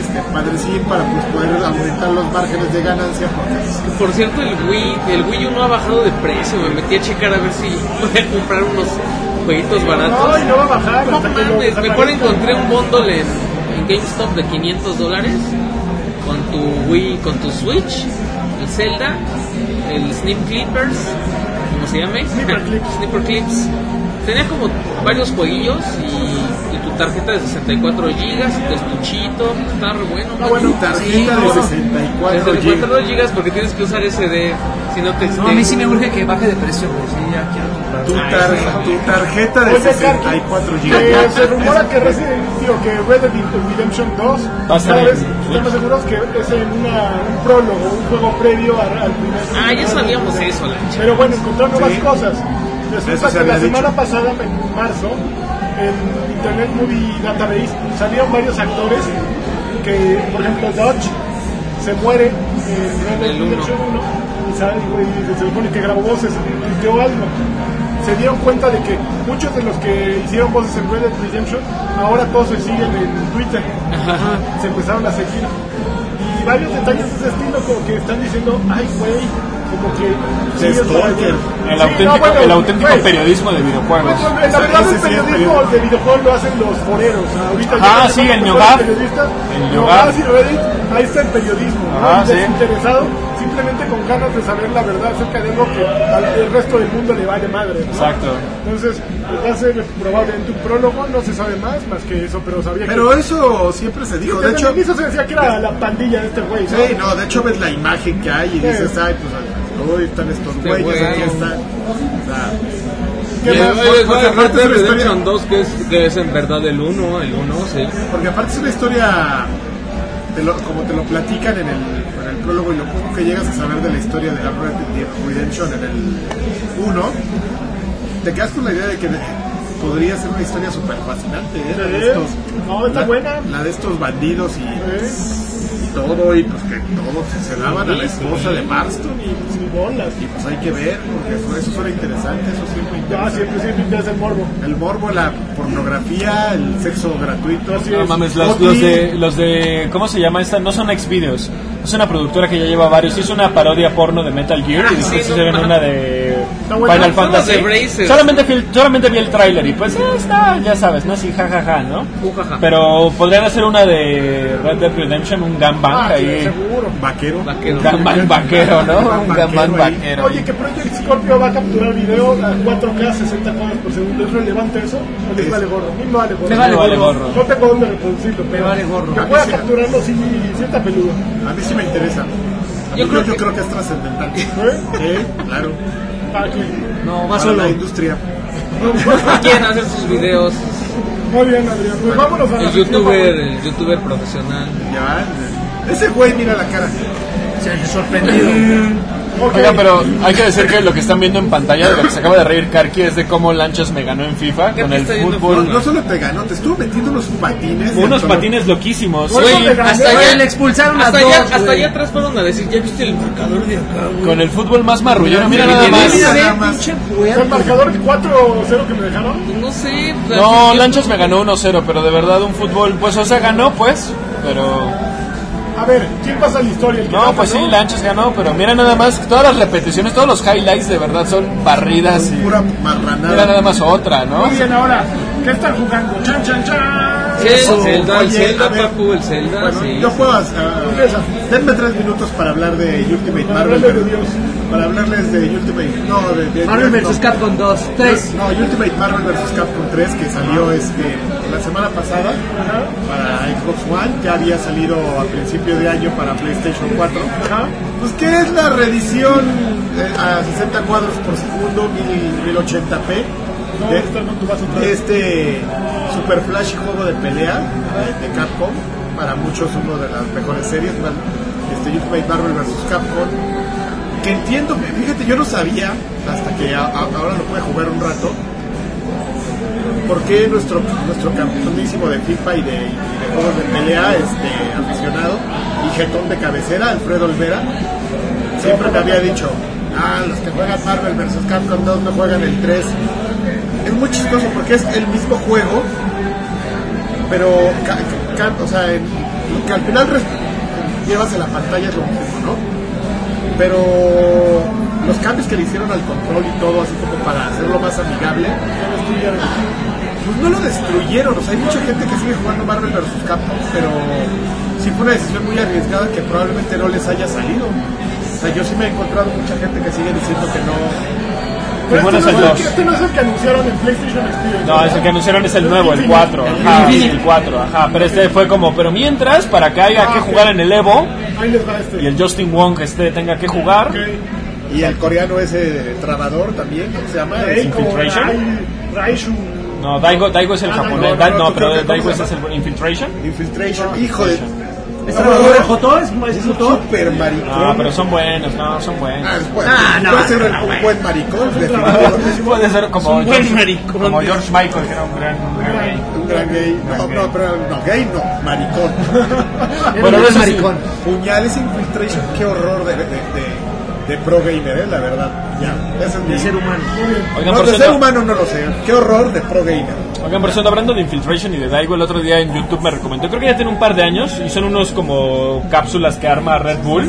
[SPEAKER 2] este, padrecín, para pues, poder aumentar los márgenes de ganancia, porque es que
[SPEAKER 3] Por cierto, el Wii, el Wii U no ha bajado de precio. Me metí a checar a ver si voy a comprar unos jueguitos baratos.
[SPEAKER 1] No, y no va a bajar.
[SPEAKER 3] No
[SPEAKER 1] hasta que lo
[SPEAKER 3] mames, mejor
[SPEAKER 1] desaparezca.
[SPEAKER 3] encontré un bundle en, en GameStop de 500 dólares con tu Wii, con tu Switch, el Zelda, el Snip Clippers, ¿cómo se llama?
[SPEAKER 1] Snipper Clips.
[SPEAKER 3] Snipper Clips. Tenía como varios jueguillos y, y tu tarjeta de 64 gigas, tu estuchito, está re bueno.
[SPEAKER 2] Ah, bueno, tarjeta
[SPEAKER 3] Sí,
[SPEAKER 2] de
[SPEAKER 3] no, no.
[SPEAKER 2] 64
[SPEAKER 3] de
[SPEAKER 2] gigas.
[SPEAKER 3] 64 gigas porque tienes que usar SD, si no te...
[SPEAKER 4] No, a mí sí me urge que baje de precio, güey. Sí, ya quiero comprar.
[SPEAKER 2] tu, tar- tu tarjeta de
[SPEAKER 1] Oye, Karki,
[SPEAKER 2] 64
[SPEAKER 1] que
[SPEAKER 2] gigas.
[SPEAKER 1] se rumora que Resident digo, que Red Dead Redemption 2
[SPEAKER 5] Va a estar
[SPEAKER 1] cada
[SPEAKER 5] en-
[SPEAKER 1] vez estamos seguros que es en una- un prólogo, un juego previo al, al primer.
[SPEAKER 3] Ah, ya sabíamos eso, la
[SPEAKER 1] Pero bueno, encontrar nuevas
[SPEAKER 2] Sí.
[SPEAKER 1] cosas.
[SPEAKER 2] Eso
[SPEAKER 1] Resulta
[SPEAKER 2] se
[SPEAKER 1] que la
[SPEAKER 2] había
[SPEAKER 1] semana pasada, en marzo, en Internet Movie Database salieron varios actores que, por ejemplo, Dodge se muere eh, en Red
[SPEAKER 3] El
[SPEAKER 1] Dead
[SPEAKER 3] uno.
[SPEAKER 1] Redemption 1 y, sabe- y se supone que grabó voces y dio algo. Se dieron cuenta de que muchos de los que hicieron voces en Red Dead Redemption ahora todos se siguen en Twitter. Se empezaron a seguir. Y varios detalles de ese estilo, como que están diciendo, ay, güey, como que.
[SPEAKER 2] Se
[SPEAKER 1] ellos
[SPEAKER 2] stalker.
[SPEAKER 1] saben".
[SPEAKER 5] El
[SPEAKER 1] Sí,
[SPEAKER 5] auténtico,
[SPEAKER 1] no, bueno,
[SPEAKER 5] el auténtico
[SPEAKER 1] güey,
[SPEAKER 5] periodismo de videojuegos.
[SPEAKER 1] pues, La verdad, el
[SPEAKER 2] Ese sí es
[SPEAKER 1] periodismo
[SPEAKER 2] periodismo.
[SPEAKER 1] de videojuegos lo hacen los foreros. Ahorita
[SPEAKER 5] Ajá,
[SPEAKER 1] ya
[SPEAKER 5] Ah, sí,
[SPEAKER 1] tenemos
[SPEAKER 5] el
[SPEAKER 1] los
[SPEAKER 5] Ñogaf.
[SPEAKER 1] periodistas,
[SPEAKER 5] El
[SPEAKER 1] Ñogaf
[SPEAKER 5] Ñogaf.
[SPEAKER 1] y Reddit, ahí está el periodismo. ¿no? Un
[SPEAKER 5] Ajá, Ah, sí.
[SPEAKER 1] Desinteresado, simplemente con ganas de saber la verdad acerca de algo que al el resto del mundo le vale madre. ¿no?
[SPEAKER 5] Exacto.
[SPEAKER 1] Entonces, pues, va a ser probablemente un prólogo, no se sabe más, más que eso, pero sabía
[SPEAKER 2] Pero
[SPEAKER 1] que.
[SPEAKER 2] eso siempre se dijo. De
[SPEAKER 1] Desde
[SPEAKER 2] hecho,
[SPEAKER 1] el inicio se decía que era la pandilla de este güey. ¿no?
[SPEAKER 2] Sí, no, de hecho ves la imagen que hay y dices, ay, pues, uy, están estos güeyes,
[SPEAKER 3] güey,
[SPEAKER 2] ahí
[SPEAKER 3] no.
[SPEAKER 2] están. O sea,
[SPEAKER 1] ¿Qué más?
[SPEAKER 2] Porque aparte es una historia-
[SPEAKER 3] 2, que es, que es en verdad el 1, el 1, sí.
[SPEAKER 2] porque aparte es una historia, te lo- como te lo platican en el, en el prólogo y lo poco que llegas a saber de la historia de la Red Dead Redemption en el 1, te quedas con la idea de que podría ser una historia súper fascinante, ¿eh? La de
[SPEAKER 1] Sí.
[SPEAKER 2] estos,
[SPEAKER 1] No, está
[SPEAKER 2] la-
[SPEAKER 1] buena.
[SPEAKER 2] La de estos bandidos y,
[SPEAKER 1] Sí,
[SPEAKER 2] y todo, y pues que todos se daban a la esposa de Marston y...
[SPEAKER 1] Ni bolas.
[SPEAKER 2] Y pues hay que ver, porque eso, eso suena interesante, eso siempre
[SPEAKER 1] Ah,
[SPEAKER 2] interesa.
[SPEAKER 1] siempre, siempre interesa el morbo.
[SPEAKER 2] El morbo, la pornografía, el sexo gratuito.
[SPEAKER 1] Así
[SPEAKER 5] No
[SPEAKER 1] es.
[SPEAKER 5] mames, los,
[SPEAKER 2] Oti.
[SPEAKER 5] los de, los de. ¿Cómo se llama esta? No son Xvideos. Es una productora que ya lleva varios. Hizo una parodia porno de Metal Gear
[SPEAKER 3] Ah,
[SPEAKER 5] y después
[SPEAKER 3] sí, no
[SPEAKER 5] hicieron
[SPEAKER 3] mames.
[SPEAKER 5] una de.
[SPEAKER 1] Está bueno,
[SPEAKER 5] Final
[SPEAKER 3] son los de
[SPEAKER 5] Fantasy.
[SPEAKER 3] Brazers.
[SPEAKER 5] Solamente vi, el- solamente vi el tráiler y pues eh, está, ya sabes, ¿no? Sí, jajaja, ¿no?
[SPEAKER 3] Ujaja.
[SPEAKER 5] Pero podrían hacer una de Red Dead Redemption, un gangbang
[SPEAKER 1] Ah, sí,
[SPEAKER 5] ahí.
[SPEAKER 1] seguro.
[SPEAKER 2] Vaquero.
[SPEAKER 5] Un gangbang vaquero, ¿no?
[SPEAKER 2] Gangbang
[SPEAKER 5] Un gangbang
[SPEAKER 2] vaquero ahí.
[SPEAKER 5] vaquero.
[SPEAKER 1] Oye, que Project Scorpio va a capturar video a 4K 60 cuadros por segundo. ¿Es relevante eso? ¿O les vale gorro? A mí me vale gorro.
[SPEAKER 4] Me vale
[SPEAKER 5] Me vale gorro. gorro.
[SPEAKER 1] No tengo dónde reproducirlo. pero
[SPEAKER 4] vale gorro.
[SPEAKER 1] Yo voy a capturarlo sin cierta peluda.
[SPEAKER 2] A mí sí me interesa. A mí
[SPEAKER 3] Yo
[SPEAKER 2] yo,
[SPEAKER 3] creo
[SPEAKER 2] creo,
[SPEAKER 3] que-
[SPEAKER 2] yo creo que es trascendental. ¿Eh? Claro.
[SPEAKER 1] Para que
[SPEAKER 4] No, va
[SPEAKER 2] Para
[SPEAKER 4] solo.
[SPEAKER 2] la industria.
[SPEAKER 3] Pues Quieren hacer sus videos.
[SPEAKER 1] Muy bien, Adrián. Pues vámonos a la
[SPEAKER 3] El
[SPEAKER 1] sección
[SPEAKER 3] youtuber,
[SPEAKER 1] favorita.
[SPEAKER 3] el youtuber profesional.
[SPEAKER 2] Ya, ese güey mira la cara.
[SPEAKER 4] Se sorprendido.
[SPEAKER 1] Ok.
[SPEAKER 5] Oiga, pero hay que decir que lo que están viendo en pantalla de lo que se acaba de reír Karki es de cómo Lanchas me ganó en FIFA
[SPEAKER 3] ¿Qué
[SPEAKER 5] con
[SPEAKER 3] te
[SPEAKER 5] el
[SPEAKER 3] está yendo
[SPEAKER 2] No,
[SPEAKER 5] fútbol.
[SPEAKER 2] no solo te ganó, te estuvo metiendo unos patines.
[SPEAKER 5] Unos
[SPEAKER 2] Entonces,
[SPEAKER 5] patines loquísimos.
[SPEAKER 1] Por eso
[SPEAKER 5] Güey,
[SPEAKER 1] te gané,
[SPEAKER 4] hasta
[SPEAKER 1] güey.
[SPEAKER 4] allá le expulsaron a
[SPEAKER 3] Hasta
[SPEAKER 4] dos,
[SPEAKER 3] allá, hasta
[SPEAKER 4] güey.
[SPEAKER 3] allá atrás fueron a decir, ¿ya viste el marcador de acá, güey?
[SPEAKER 5] Con el fútbol más marrullero, mira
[SPEAKER 2] Mira,
[SPEAKER 5] nada
[SPEAKER 2] mira,
[SPEAKER 5] más.
[SPEAKER 4] Mira,
[SPEAKER 2] Nada
[SPEAKER 4] ve,
[SPEAKER 2] más.
[SPEAKER 4] pinche
[SPEAKER 1] O sea, El
[SPEAKER 4] puerco.
[SPEAKER 1] marcador 4-0 que me dejaron.
[SPEAKER 3] No sé. o sea,
[SPEAKER 5] No,
[SPEAKER 3] yo-
[SPEAKER 5] Lanchas me ganó 1-0, pero de verdad un fútbol, pues, o sea, ganó, pues, pero...
[SPEAKER 1] A ver, ¿quién pasa a la historia? ¿El que
[SPEAKER 5] No,
[SPEAKER 1] gana,
[SPEAKER 5] pues sí, Lanchas ganó, pero mira nada más, todas las repeticiones, todos los highlights de verdad son barridas y...
[SPEAKER 2] Pura
[SPEAKER 5] Mira
[SPEAKER 2] marranada.
[SPEAKER 5] nada más otra, ¿no?
[SPEAKER 1] Muy bien, ahora, ¿qué están jugando? ¡Chan, chan, chan!
[SPEAKER 3] Sí, el Zelda, el
[SPEAKER 2] Oye, a
[SPEAKER 3] Zelda,
[SPEAKER 2] ver.
[SPEAKER 3] Papu, el Zelda,
[SPEAKER 2] Bueno,
[SPEAKER 3] sí.
[SPEAKER 2] yo puedo. Uh, denme tres minutos para hablar de Ultimate
[SPEAKER 1] Para
[SPEAKER 2] Marvel.
[SPEAKER 1] hablarle de
[SPEAKER 2] pero-
[SPEAKER 1] Dios.
[SPEAKER 2] Para hablarles de Ultimate. No, de. de-
[SPEAKER 4] Marvel
[SPEAKER 2] no.
[SPEAKER 4] vs. Capcom 2, 3.
[SPEAKER 2] No, Ultimate Marvel vs. Capcom 3 que salió este, la semana pasada para Xbox One, ya había salido a principio de año para PlayStation 4. Pues que es la reedición eh, a 60 cuadros por segundo, 1000 1080p,
[SPEAKER 1] No,
[SPEAKER 2] de,
[SPEAKER 1] está con tu vaso otra
[SPEAKER 2] de
[SPEAKER 1] vez.
[SPEAKER 2] este super flash juego de pelea eh, de Capcom, para muchos uno de las mejores series, ¿vale? este Ultimate Marvel vs. Capcom que que entiendo, fíjate, yo no sabía, hasta que a- a- ahora lo pude jugar un rato, por qué nuestro, nuestro campeonísimo de FIFA y de, y de juegos de pelea, este, aficionado y jetón de cabecera, Alfredo Olvera, siempre me había dicho, ah, los que juegan Marvel vs. Capcom 2 no juegan el 3. Es muy chistoso porque es el mismo juego, pero ca- ca- o sea, en- que al final res- llevas en la pantalla es lo mismo, ¿no? pero los cambios que le hicieron al control y todo, así como para hacerlo más amigable, pues no lo destruyeron. O sea, hay mucha gente que sigue jugando Marvel vs. Capcom, pero sí fue una decisión muy arriesgada que probablemente no les haya salido. O sea, yo sí me he encontrado mucha gente que sigue diciendo que no.
[SPEAKER 1] Pero
[SPEAKER 5] Bueno,
[SPEAKER 1] este,
[SPEAKER 5] es
[SPEAKER 1] no
[SPEAKER 5] el
[SPEAKER 1] es el que,
[SPEAKER 5] dos.
[SPEAKER 1] este no es el que anunciaron en PlayStation Experience.
[SPEAKER 5] No, es el que anunciaron es el nuevo, el 4. Ajá, el 4, ajá. Pero este fue como, pero mientras, para que
[SPEAKER 2] Ah,
[SPEAKER 5] haya que jugar en el Evo
[SPEAKER 1] Ahí les va este.
[SPEAKER 5] y el Justin Wong este tenga que jugar.
[SPEAKER 2] Y el coreano ese trabador también, ¿cómo se llama?
[SPEAKER 1] Ahí
[SPEAKER 2] Es-
[SPEAKER 1] como
[SPEAKER 5] Infiltration.
[SPEAKER 1] Rai- Raishu.
[SPEAKER 5] No, Daigo, Daigo es el
[SPEAKER 2] Ah, no,
[SPEAKER 5] japonés.
[SPEAKER 2] no,
[SPEAKER 5] Da-
[SPEAKER 2] no,
[SPEAKER 5] No,
[SPEAKER 2] tú creo
[SPEAKER 5] pero
[SPEAKER 2] que- ¿cómo
[SPEAKER 5] Daigo
[SPEAKER 2] se
[SPEAKER 5] es el Infiltration.
[SPEAKER 2] Infiltration, hijo de.
[SPEAKER 4] ¿Es trabajador de Joto? ¿Es un
[SPEAKER 2] Es un
[SPEAKER 4] Joto?
[SPEAKER 2] super maricón.
[SPEAKER 1] Ah,
[SPEAKER 5] No, Ah, pero son buenos, no, son buenos.
[SPEAKER 2] Ah, es bueno.
[SPEAKER 4] Ah, no,
[SPEAKER 2] Puede ser
[SPEAKER 4] no,
[SPEAKER 2] un
[SPEAKER 4] güey.
[SPEAKER 2] buen maricón, definitivamente.
[SPEAKER 5] Puede ser como George,
[SPEAKER 3] maricón.
[SPEAKER 5] como George Michael, que era un gran. un gran gay.
[SPEAKER 2] Un gran gay. No, no, pero no, gay no, maricón.
[SPEAKER 5] Bueno,
[SPEAKER 6] un
[SPEAKER 5] no es
[SPEAKER 6] maricón.
[SPEAKER 5] maricón.
[SPEAKER 2] Puñales Infiltration, qué horror de, de, de- de pro gamer, eh, la verdad. Ya, ese es mi...
[SPEAKER 6] ser humano.
[SPEAKER 5] Oigan,
[SPEAKER 2] no,
[SPEAKER 5] por
[SPEAKER 2] de ser
[SPEAKER 5] cierto,
[SPEAKER 2] humano no lo sé. Qué horror de pro gamer.
[SPEAKER 5] Oigan, por cierto, hablando de Infiltration y de Daigo, el otro día en YouTube me recomendó, creo que ya tiene un par de años, y son unos como cápsulas que arma Red Bull.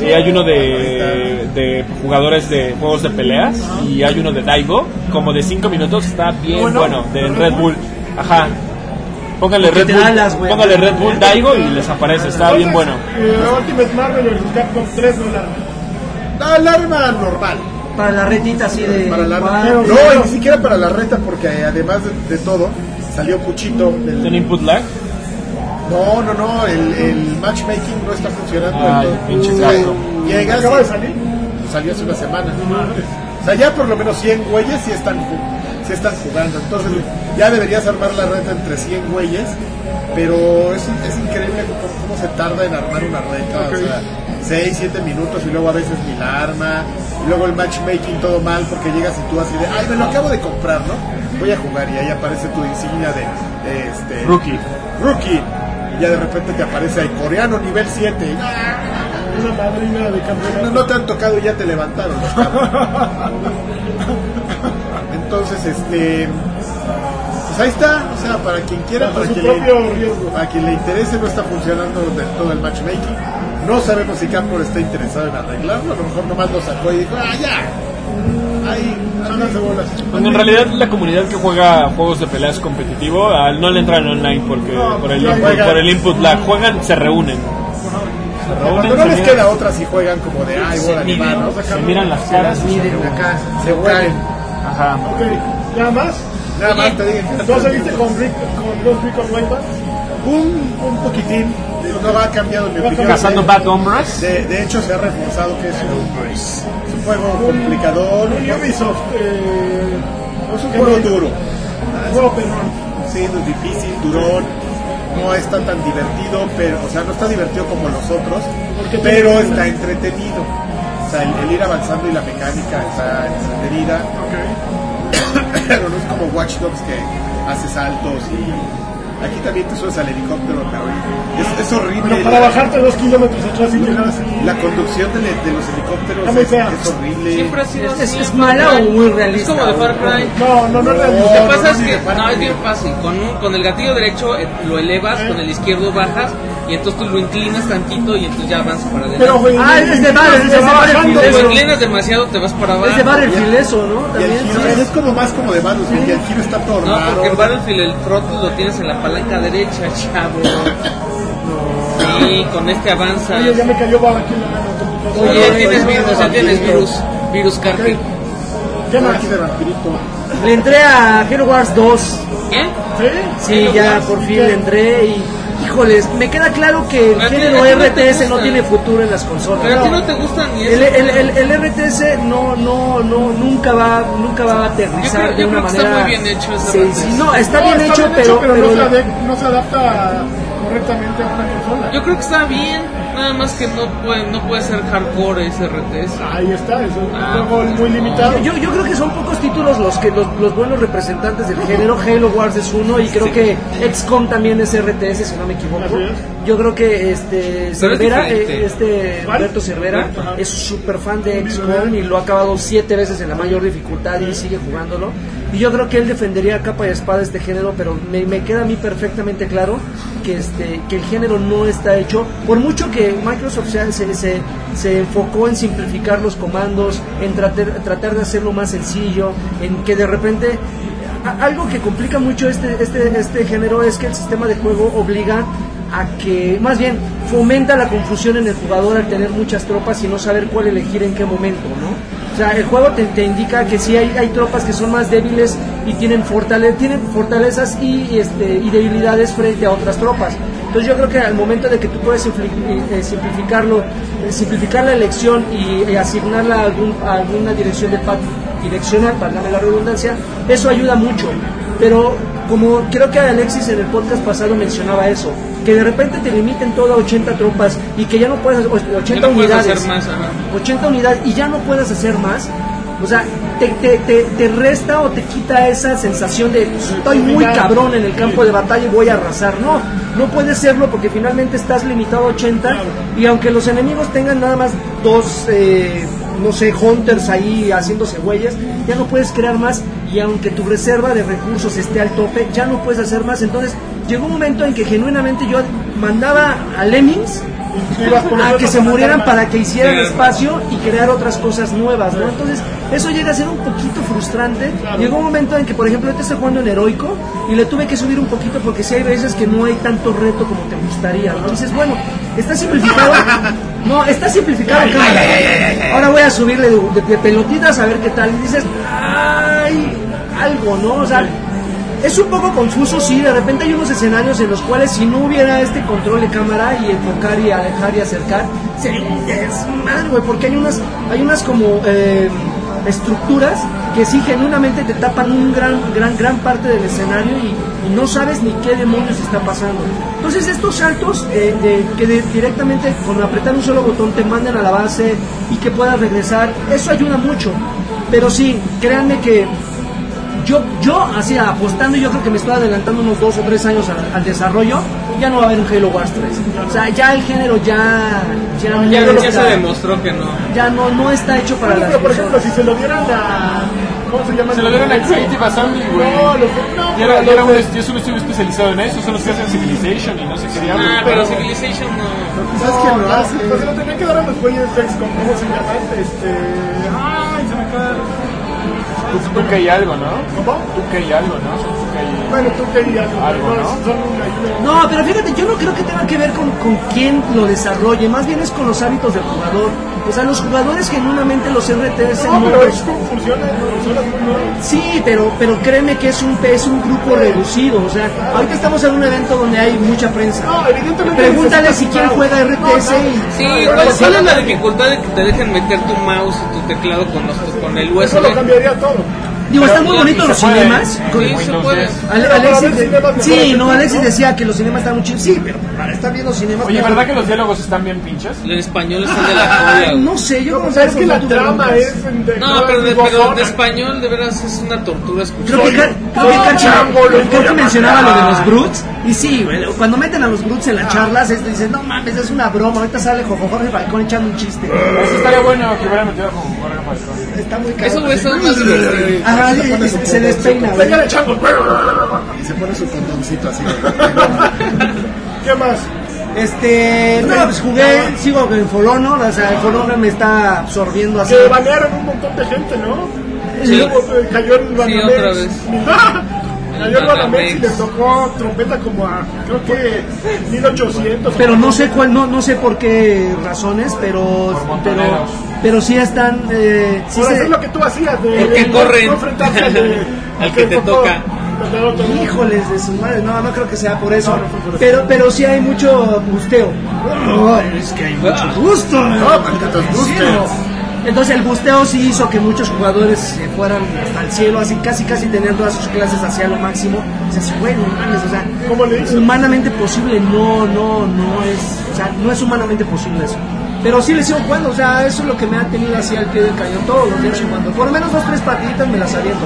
[SPEAKER 5] Y hay uno de, de jugadores de juegos de peleas, y hay uno de Daigo, como de 5 minutos, está bien bueno, de Red Bull. Ajá. Póngale
[SPEAKER 4] Porque
[SPEAKER 5] Red
[SPEAKER 4] te
[SPEAKER 5] Bull,
[SPEAKER 4] dan las, güey.
[SPEAKER 5] póngale Red Bull Daigo y les aparece, está bien bueno.
[SPEAKER 1] Eh, Ultimate Marvel vs. Capcom 3 dólares.
[SPEAKER 2] Ah, el arma normal.
[SPEAKER 4] Para la retita así de...
[SPEAKER 2] Para la
[SPEAKER 4] Wow.
[SPEAKER 2] No, y ni siquiera para la reta, porque eh, además de, de todo, salió Puchito. del-
[SPEAKER 5] ¿Tiene input lag?
[SPEAKER 2] No, no, no, el, el matchmaking no está funcionando.
[SPEAKER 5] Ay,
[SPEAKER 2] Entonces,
[SPEAKER 5] Ah,
[SPEAKER 2] eh,
[SPEAKER 5] pinche gato.
[SPEAKER 2] Llegas.
[SPEAKER 1] Acaba
[SPEAKER 2] y-
[SPEAKER 1] de salir.
[SPEAKER 2] salió hace una semana. O sea, ya por lo menos 100 güeyes sí están, ju- sí están jugando. Entonces, ya deberías armar la red entre 100 güeyes, pero es, es increíble cómo, cómo se tarda en armar una reta. O sea, 6, 7 minutos y luego a veces ni la arma. Y luego el matchmaking todo mal porque llegas y tú así de, ay, me lo acabo de comprar, ¿no? Voy a jugar y ahí aparece tu insignia de... Este,
[SPEAKER 5] Rookie.
[SPEAKER 2] Rookie. Y ya de repente te aparece ahí, coreano nivel 7.
[SPEAKER 1] Una madrina de campeonato.
[SPEAKER 2] No, no te han tocado y ya te levantaron. los cabrones. Entonces, este. Pues ahí está. O sea, para quien quiera,
[SPEAKER 1] Bajo
[SPEAKER 2] para
[SPEAKER 1] su
[SPEAKER 2] quien, le,
[SPEAKER 1] propio riesgo.
[SPEAKER 2] para quien le interese, no está funcionando del todo el matchmaking. No sabemos si Capcom está interesado en arreglarlo. A lo mejor nomás lo sacó y dijo, ¡ah, ya! Ahí, háganse bolas.
[SPEAKER 5] Bueno, en realidad la comunidad que juega juegos de peleas competitivo ah, no le entran online porque por, el
[SPEAKER 2] no
[SPEAKER 5] input,
[SPEAKER 2] juegan.
[SPEAKER 5] por el input lag. Juegan, se reúnen. Se
[SPEAKER 2] Cuando
[SPEAKER 5] reúnen,
[SPEAKER 2] no
[SPEAKER 5] se
[SPEAKER 2] les
[SPEAKER 5] miran,
[SPEAKER 2] queda otra, si juegan como de, ¡ay, bola de mano!
[SPEAKER 5] se miran las caras.
[SPEAKER 6] Miren acá.
[SPEAKER 2] Se caen.
[SPEAKER 5] Ajá.
[SPEAKER 1] Ok, ¿ya más?
[SPEAKER 2] Nada más te dije que
[SPEAKER 1] ¿No saliste con, Rick, con los Rick Online Band?
[SPEAKER 2] un, un poquitín. No ha cambiado mi opinión.
[SPEAKER 5] Cazando Bad Hombres.
[SPEAKER 2] De, de hecho, se ha reforzado que es un, pues, es un juego complicador, un
[SPEAKER 1] Y Ubisoft, eh, es un
[SPEAKER 2] juego duro.
[SPEAKER 1] juego perrón.
[SPEAKER 2] Sí, no es difícil, durón. No está tan divertido, pero, o sea, no está divertido como los otros,
[SPEAKER 1] Porque
[SPEAKER 2] pero
[SPEAKER 1] tiene-
[SPEAKER 2] está entretenido. O sea, el, el ir avanzando y la mecánica está entretenida. pero no es como Watch Dogs que hace saltos y. Aquí también te subes al helicóptero, pero es, es horrible.
[SPEAKER 1] Pero para bajarte dos kilómetros atrás y llegar así.
[SPEAKER 2] La conducción de, le- de los
[SPEAKER 1] Está
[SPEAKER 2] helicópteros
[SPEAKER 1] muy
[SPEAKER 2] es,
[SPEAKER 1] fea.
[SPEAKER 2] es horrible.
[SPEAKER 3] Siempre ha sido
[SPEAKER 4] ¿Es-
[SPEAKER 3] así.
[SPEAKER 4] es mala o muy realista?
[SPEAKER 3] Es como de Far Cry.
[SPEAKER 1] No, no, no,
[SPEAKER 3] Lo que
[SPEAKER 2] No,
[SPEAKER 3] pasa
[SPEAKER 2] no,
[SPEAKER 3] es
[SPEAKER 2] ni de
[SPEAKER 3] que
[SPEAKER 2] Far
[SPEAKER 3] no,
[SPEAKER 2] Cry.
[SPEAKER 3] es bien fácil. Con, un- con el gatillo derecho eh, lo elevas, con el izquierdo bajas y entonces tú lo inclinas tantito y entonces ya avanzas para adelante.
[SPEAKER 1] Pero, güey,
[SPEAKER 4] Ah, es de Valve, es de
[SPEAKER 1] va
[SPEAKER 4] Valve.
[SPEAKER 1] bajando,
[SPEAKER 3] si lo
[SPEAKER 1] güey.
[SPEAKER 3] inclinas demasiado te vas para abajo.
[SPEAKER 4] Es de Battlefield eso, ¿no?
[SPEAKER 2] Y el
[SPEAKER 4] También.
[SPEAKER 2] giro
[SPEAKER 4] sí.
[SPEAKER 2] es como más como de Battlefield, y el giro está todo
[SPEAKER 3] No,
[SPEAKER 2] raro.
[SPEAKER 3] porque en Battlefield el throttle lo tienes en la palanca derecha, chavo. Sí, con este avanza.
[SPEAKER 1] Oye, ya me cayó baba aquí en la mano.
[SPEAKER 3] Oye,
[SPEAKER 2] no,
[SPEAKER 3] tienes
[SPEAKER 2] estoy
[SPEAKER 3] virus, ya
[SPEAKER 2] bien,
[SPEAKER 3] tienes
[SPEAKER 2] tranquilo.
[SPEAKER 3] virus. Virus cartel.
[SPEAKER 1] ¿Qué más?
[SPEAKER 2] Aquí de vampirito.
[SPEAKER 4] Le entré a Hero Wars 2.
[SPEAKER 3] ¿Qué?
[SPEAKER 1] ¿Sí?
[SPEAKER 4] Sí, ya por fin le entré y... Híjoles, me queda claro que el
[SPEAKER 3] A ti-
[SPEAKER 4] género
[SPEAKER 3] a ti no te
[SPEAKER 4] RTS no
[SPEAKER 3] gusta.
[SPEAKER 4] tiene futuro en las consolas.
[SPEAKER 3] Pero a ti no te gustan ni
[SPEAKER 4] El,
[SPEAKER 3] eso.
[SPEAKER 4] el, el, el RTS no, no, no, nunca va, nunca va a aterrizar
[SPEAKER 3] Yo creo- yo
[SPEAKER 4] de una
[SPEAKER 3] creo que está
[SPEAKER 4] manera.
[SPEAKER 3] muy bien hecho ese
[SPEAKER 4] Sí,
[SPEAKER 3] RTS.
[SPEAKER 4] sí, no, está
[SPEAKER 1] No,
[SPEAKER 4] bien hecho, pero,
[SPEAKER 1] pero,
[SPEAKER 4] pero
[SPEAKER 1] no, se ade- no se adapta correctamente a una consola.
[SPEAKER 3] Yo creo que está bien. Nada más que no puede, no puede ser hardcore ese RTS.
[SPEAKER 1] Ahí está, es un
[SPEAKER 3] Ah,
[SPEAKER 1] juego
[SPEAKER 3] pues,
[SPEAKER 1] muy
[SPEAKER 3] no.
[SPEAKER 1] limitado.
[SPEAKER 4] Yo, yo creo que son pocos títulos los que los, los buenos representantes del género. Halo Wars es uno y creo
[SPEAKER 3] Sí.
[SPEAKER 4] que XCOM también es RTS, si no me equivoco.
[SPEAKER 1] Así es.
[SPEAKER 4] Yo creo que este
[SPEAKER 3] Pero es
[SPEAKER 4] Cervera,
[SPEAKER 3] diferente.
[SPEAKER 4] eh, este
[SPEAKER 1] ¿Cuál?
[SPEAKER 4] Humberto Cervera
[SPEAKER 1] Ajá.
[SPEAKER 4] es súper fan de XCOM y lo ha acabado siete veces en la mayor dificultad y sigue jugándolo. Y yo creo que él defendería a capa y espada este género, pero me, me queda a mí perfectamente claro que este que el género no está hecho. Por mucho que Microsoft sea- se, se, se enfocó en simplificar los comandos, en tratar, tratar de hacerlo más sencillo, en que de repente a- Algo que complica mucho este, este, este género es que el sistema de juego obliga a que, más bien, fomenta la confusión en el jugador al tener muchas tropas y no saber cuál elegir en qué momento, ¿no? O sea, el juego te, te indica que sí hay, hay tropas que son más débiles y tienen, fortale tienen fortalezas y, y, este, y debilidades frente a otras tropas. Entonces yo creo que al momento de que tú puedes simpli- eh, simplificarlo, eh, simplificar la elección y eh, asignarla a, algún- a alguna dirección de pat direccional, para la redundancia, eso ayuda mucho. Pero como creo que Alexis en el podcast pasado mencionaba eso, que de repente te limiten todo a 80 tropas y que ya no puedes, o- 80
[SPEAKER 3] Ya no puedes
[SPEAKER 4] unidades,
[SPEAKER 3] hacer más, ajá.
[SPEAKER 4] 80 unidades y ya no puedes hacer más, o sea, te, te, te, te resta o te quita esa sensación de estoy muy cabrón en el campo de batalla y voy a arrasar. No, no puedes serlo porque finalmente estás limitado a 80 y aunque los enemigos tengan nada más dos, eh, no sé, hunters ahí haciéndose huellas, ya no puedes crear más y aunque tu reserva de recursos esté al tope, ya no puedes hacer más. Entonces llegó un momento en que genuinamente yo mandaba a Lemmings
[SPEAKER 1] ibas por
[SPEAKER 4] a
[SPEAKER 1] otro
[SPEAKER 4] Ah, que se
[SPEAKER 1] para
[SPEAKER 4] murieran
[SPEAKER 1] matar
[SPEAKER 4] para que hicieran
[SPEAKER 3] Sí.
[SPEAKER 4] espacio y crear otras cosas nuevas, ¿no? Entonces, eso llega a ser un poquito frustrante. Llegó un momento en que, por ejemplo, yo te estoy jugando en heroico y le tuve que subir un poquito porque si hay veces que no hay tanto reto como te gustaría, ¿no? Dices, bueno, está simplificado. No, está simplificado, cámara. Ahora voy a subirle de, de- de pelotitas a ver qué tal. Y dices, ay, algo, ¿no? O sea, es un poco confuso, sí, de repente hay unos escenarios en los cuales si no hubiera este control de cámara y enfocar y alejar y acercar, sería un desmadre, güey, porque hay unas, hay unas como eh, estructuras que sí genuinamente te tapan un gran, gran, gran parte del escenario y, y no sabes ni qué demonios está pasando. Entonces estos saltos eh, de- que de- directamente con apretar un solo botón te mandan a la base y que puedas regresar, eso ayuda mucho. Pero sí, créanme que yo, yo así apostando, yo creo que me estoy adelantando unos dos o tres años al, al desarrollo, ya no va a haber un Halo Wars 3. O sea, ya el género ya... Ya, no
[SPEAKER 3] Ya, ya se
[SPEAKER 4] está-
[SPEAKER 3] demostró que no.
[SPEAKER 4] ya no, no está hecho para
[SPEAKER 1] Oye,
[SPEAKER 4] las
[SPEAKER 1] pero por ejemplo,
[SPEAKER 4] personas.
[SPEAKER 1] si se lo dieran a. ¿Cómo se llama?
[SPEAKER 7] Se lo dieron a Creative Assembly, güey.
[SPEAKER 1] No, los no,
[SPEAKER 7] Yo era,
[SPEAKER 1] pero
[SPEAKER 7] yo era
[SPEAKER 1] los
[SPEAKER 7] un,
[SPEAKER 1] de-
[SPEAKER 7] yo solo estuve especializado en eso, son los que hacen Civilization y no sé qué diablos.
[SPEAKER 3] Ah, pero Civilization no.
[SPEAKER 2] ¿Sabes quién lo hace?
[SPEAKER 1] Pues se lo tenían que dar a los güeyes de XCOM, ¿cómo se llama? Este. Ay, se me acaba.
[SPEAKER 7] Pues tú que hay algo, ¿no?
[SPEAKER 1] ¿Cómo?
[SPEAKER 7] Tú que hay algo, ¿no? Tú que hay-
[SPEAKER 1] Bueno, tú que dirías.
[SPEAKER 7] Algo, ¿no?
[SPEAKER 1] Son un ayuda.
[SPEAKER 4] No, pero fíjate, yo no creo que tenga que ver con, con quién lo desarrolle, más bien es con los hábitos del jugador. O sea, los jugadores genuinamente los RTS
[SPEAKER 1] No,
[SPEAKER 4] no
[SPEAKER 1] pero
[SPEAKER 4] los-
[SPEAKER 1] XCOM funciona en consolas muy bien.
[SPEAKER 4] Sí, pero, pero créeme que es un, es un grupo reducido. O sea, ahorita estamos en un evento donde hay mucha prensa.
[SPEAKER 1] No, evidentemente.
[SPEAKER 4] Pregúntale
[SPEAKER 1] necesitas
[SPEAKER 4] si
[SPEAKER 1] un
[SPEAKER 4] quién
[SPEAKER 1] mouse.
[SPEAKER 4] juega RTS
[SPEAKER 1] No, no.
[SPEAKER 4] y...
[SPEAKER 3] Sí,
[SPEAKER 1] no,
[SPEAKER 3] ¿cuál,
[SPEAKER 1] no,
[SPEAKER 3] cuál
[SPEAKER 1] no,
[SPEAKER 3] es
[SPEAKER 1] no,
[SPEAKER 3] la
[SPEAKER 1] no.
[SPEAKER 3] dificultad de que te dejen meter tu mouse y tu teclado con, los, con el USB?
[SPEAKER 1] Eso lo cambiaría todo.
[SPEAKER 4] Digo, están muy
[SPEAKER 3] Y
[SPEAKER 4] bonitos
[SPEAKER 3] se
[SPEAKER 4] los
[SPEAKER 7] puede.
[SPEAKER 4] cinemas.
[SPEAKER 7] Con
[SPEAKER 3] Sí, se
[SPEAKER 7] Windows
[SPEAKER 3] puede.
[SPEAKER 7] 10.
[SPEAKER 4] Ale-
[SPEAKER 1] Pero para
[SPEAKER 4] Alexis,
[SPEAKER 1] ver cinemas
[SPEAKER 4] de-
[SPEAKER 1] mejor
[SPEAKER 4] sí,
[SPEAKER 1] que
[SPEAKER 4] no,
[SPEAKER 1] tú,
[SPEAKER 4] Alexis
[SPEAKER 1] ¿no?
[SPEAKER 4] decía que los cinemas están muy chidos. Sí, pero para estar viendo cinemas.
[SPEAKER 7] Oye,
[SPEAKER 4] para-
[SPEAKER 7] ¿verdad que los diálogos están bien pinches?
[SPEAKER 3] El español está de la joya.
[SPEAKER 4] Ay,
[SPEAKER 3] güey.
[SPEAKER 4] No sé, yo
[SPEAKER 1] No,
[SPEAKER 4] como
[SPEAKER 1] pero es
[SPEAKER 4] que
[SPEAKER 1] que la trama es.
[SPEAKER 3] No, pero de, pero de español de veras es una tortura escuchar.
[SPEAKER 4] Creo que, Car- creo que
[SPEAKER 1] No,
[SPEAKER 4] Carchi-
[SPEAKER 1] chango, lo
[SPEAKER 4] creo que
[SPEAKER 1] voy a
[SPEAKER 4] mencionaba lo de los
[SPEAKER 1] matar.
[SPEAKER 4] Brutes. Y sí, güey, cuando meten a los Brutes en las charlas, es- dicen, no mames, es una broma. Ahorita sale Jojo Jorge Balcón echando un chiste.
[SPEAKER 7] Eso estaría bueno que hubiera metido como Jorge Falcón.
[SPEAKER 4] Está muy caro.
[SPEAKER 3] Eso güey está más divertido.
[SPEAKER 4] Ajá, y- y- se despeina. güey.
[SPEAKER 1] Señale, chango.
[SPEAKER 2] Y se pone su condoncito así.
[SPEAKER 1] ¿Qué más?
[SPEAKER 4] Este, no, pues jugué, sigo con Folono, o sea, el Folono me está absorbiendo así.
[SPEAKER 1] Se banearon un montón de gente, ¿no?
[SPEAKER 3] Sí.
[SPEAKER 1] Y luego eh, cayó el Banamex.
[SPEAKER 3] otra vez.
[SPEAKER 1] cayó el Banamex y
[SPEAKER 3] Banamex.
[SPEAKER 1] le tocó trompeta como a, creo que 1800.
[SPEAKER 4] pero no sé cuál no no sé por qué razones pero pero
[SPEAKER 7] montoneros.
[SPEAKER 4] pero sí están eh, sí
[SPEAKER 1] Por
[SPEAKER 4] se-
[SPEAKER 1] hacer lo que tú hacías. De,
[SPEAKER 3] El que
[SPEAKER 1] de-
[SPEAKER 3] corre.
[SPEAKER 1] no enfrentarse al, de-
[SPEAKER 3] Al que te
[SPEAKER 1] tocó.
[SPEAKER 3] toca.
[SPEAKER 1] Al del otro.
[SPEAKER 4] híjoles de su madre no no creo que sea por eso pero pero sí hay Ah. mucho busteo es que hay mucho gusto
[SPEAKER 2] No, malditos boosters.
[SPEAKER 4] pues, Entonces el busteo sí hizo que muchos jugadores se fueran hasta el cielo, así casi casi tenían todas sus clases hacia lo máximo. O sea, güey, no mames, o sea,
[SPEAKER 1] ¿Cómo le hizo?
[SPEAKER 4] humanamente posible, no, no, no es, o sea, no es humanamente posible eso. Pero sí le sigo jugando, o sea, eso es lo que me ha tenido así al pie del cañón todos los días jugando. Por lo menos dos, tres partiditas me las aviento,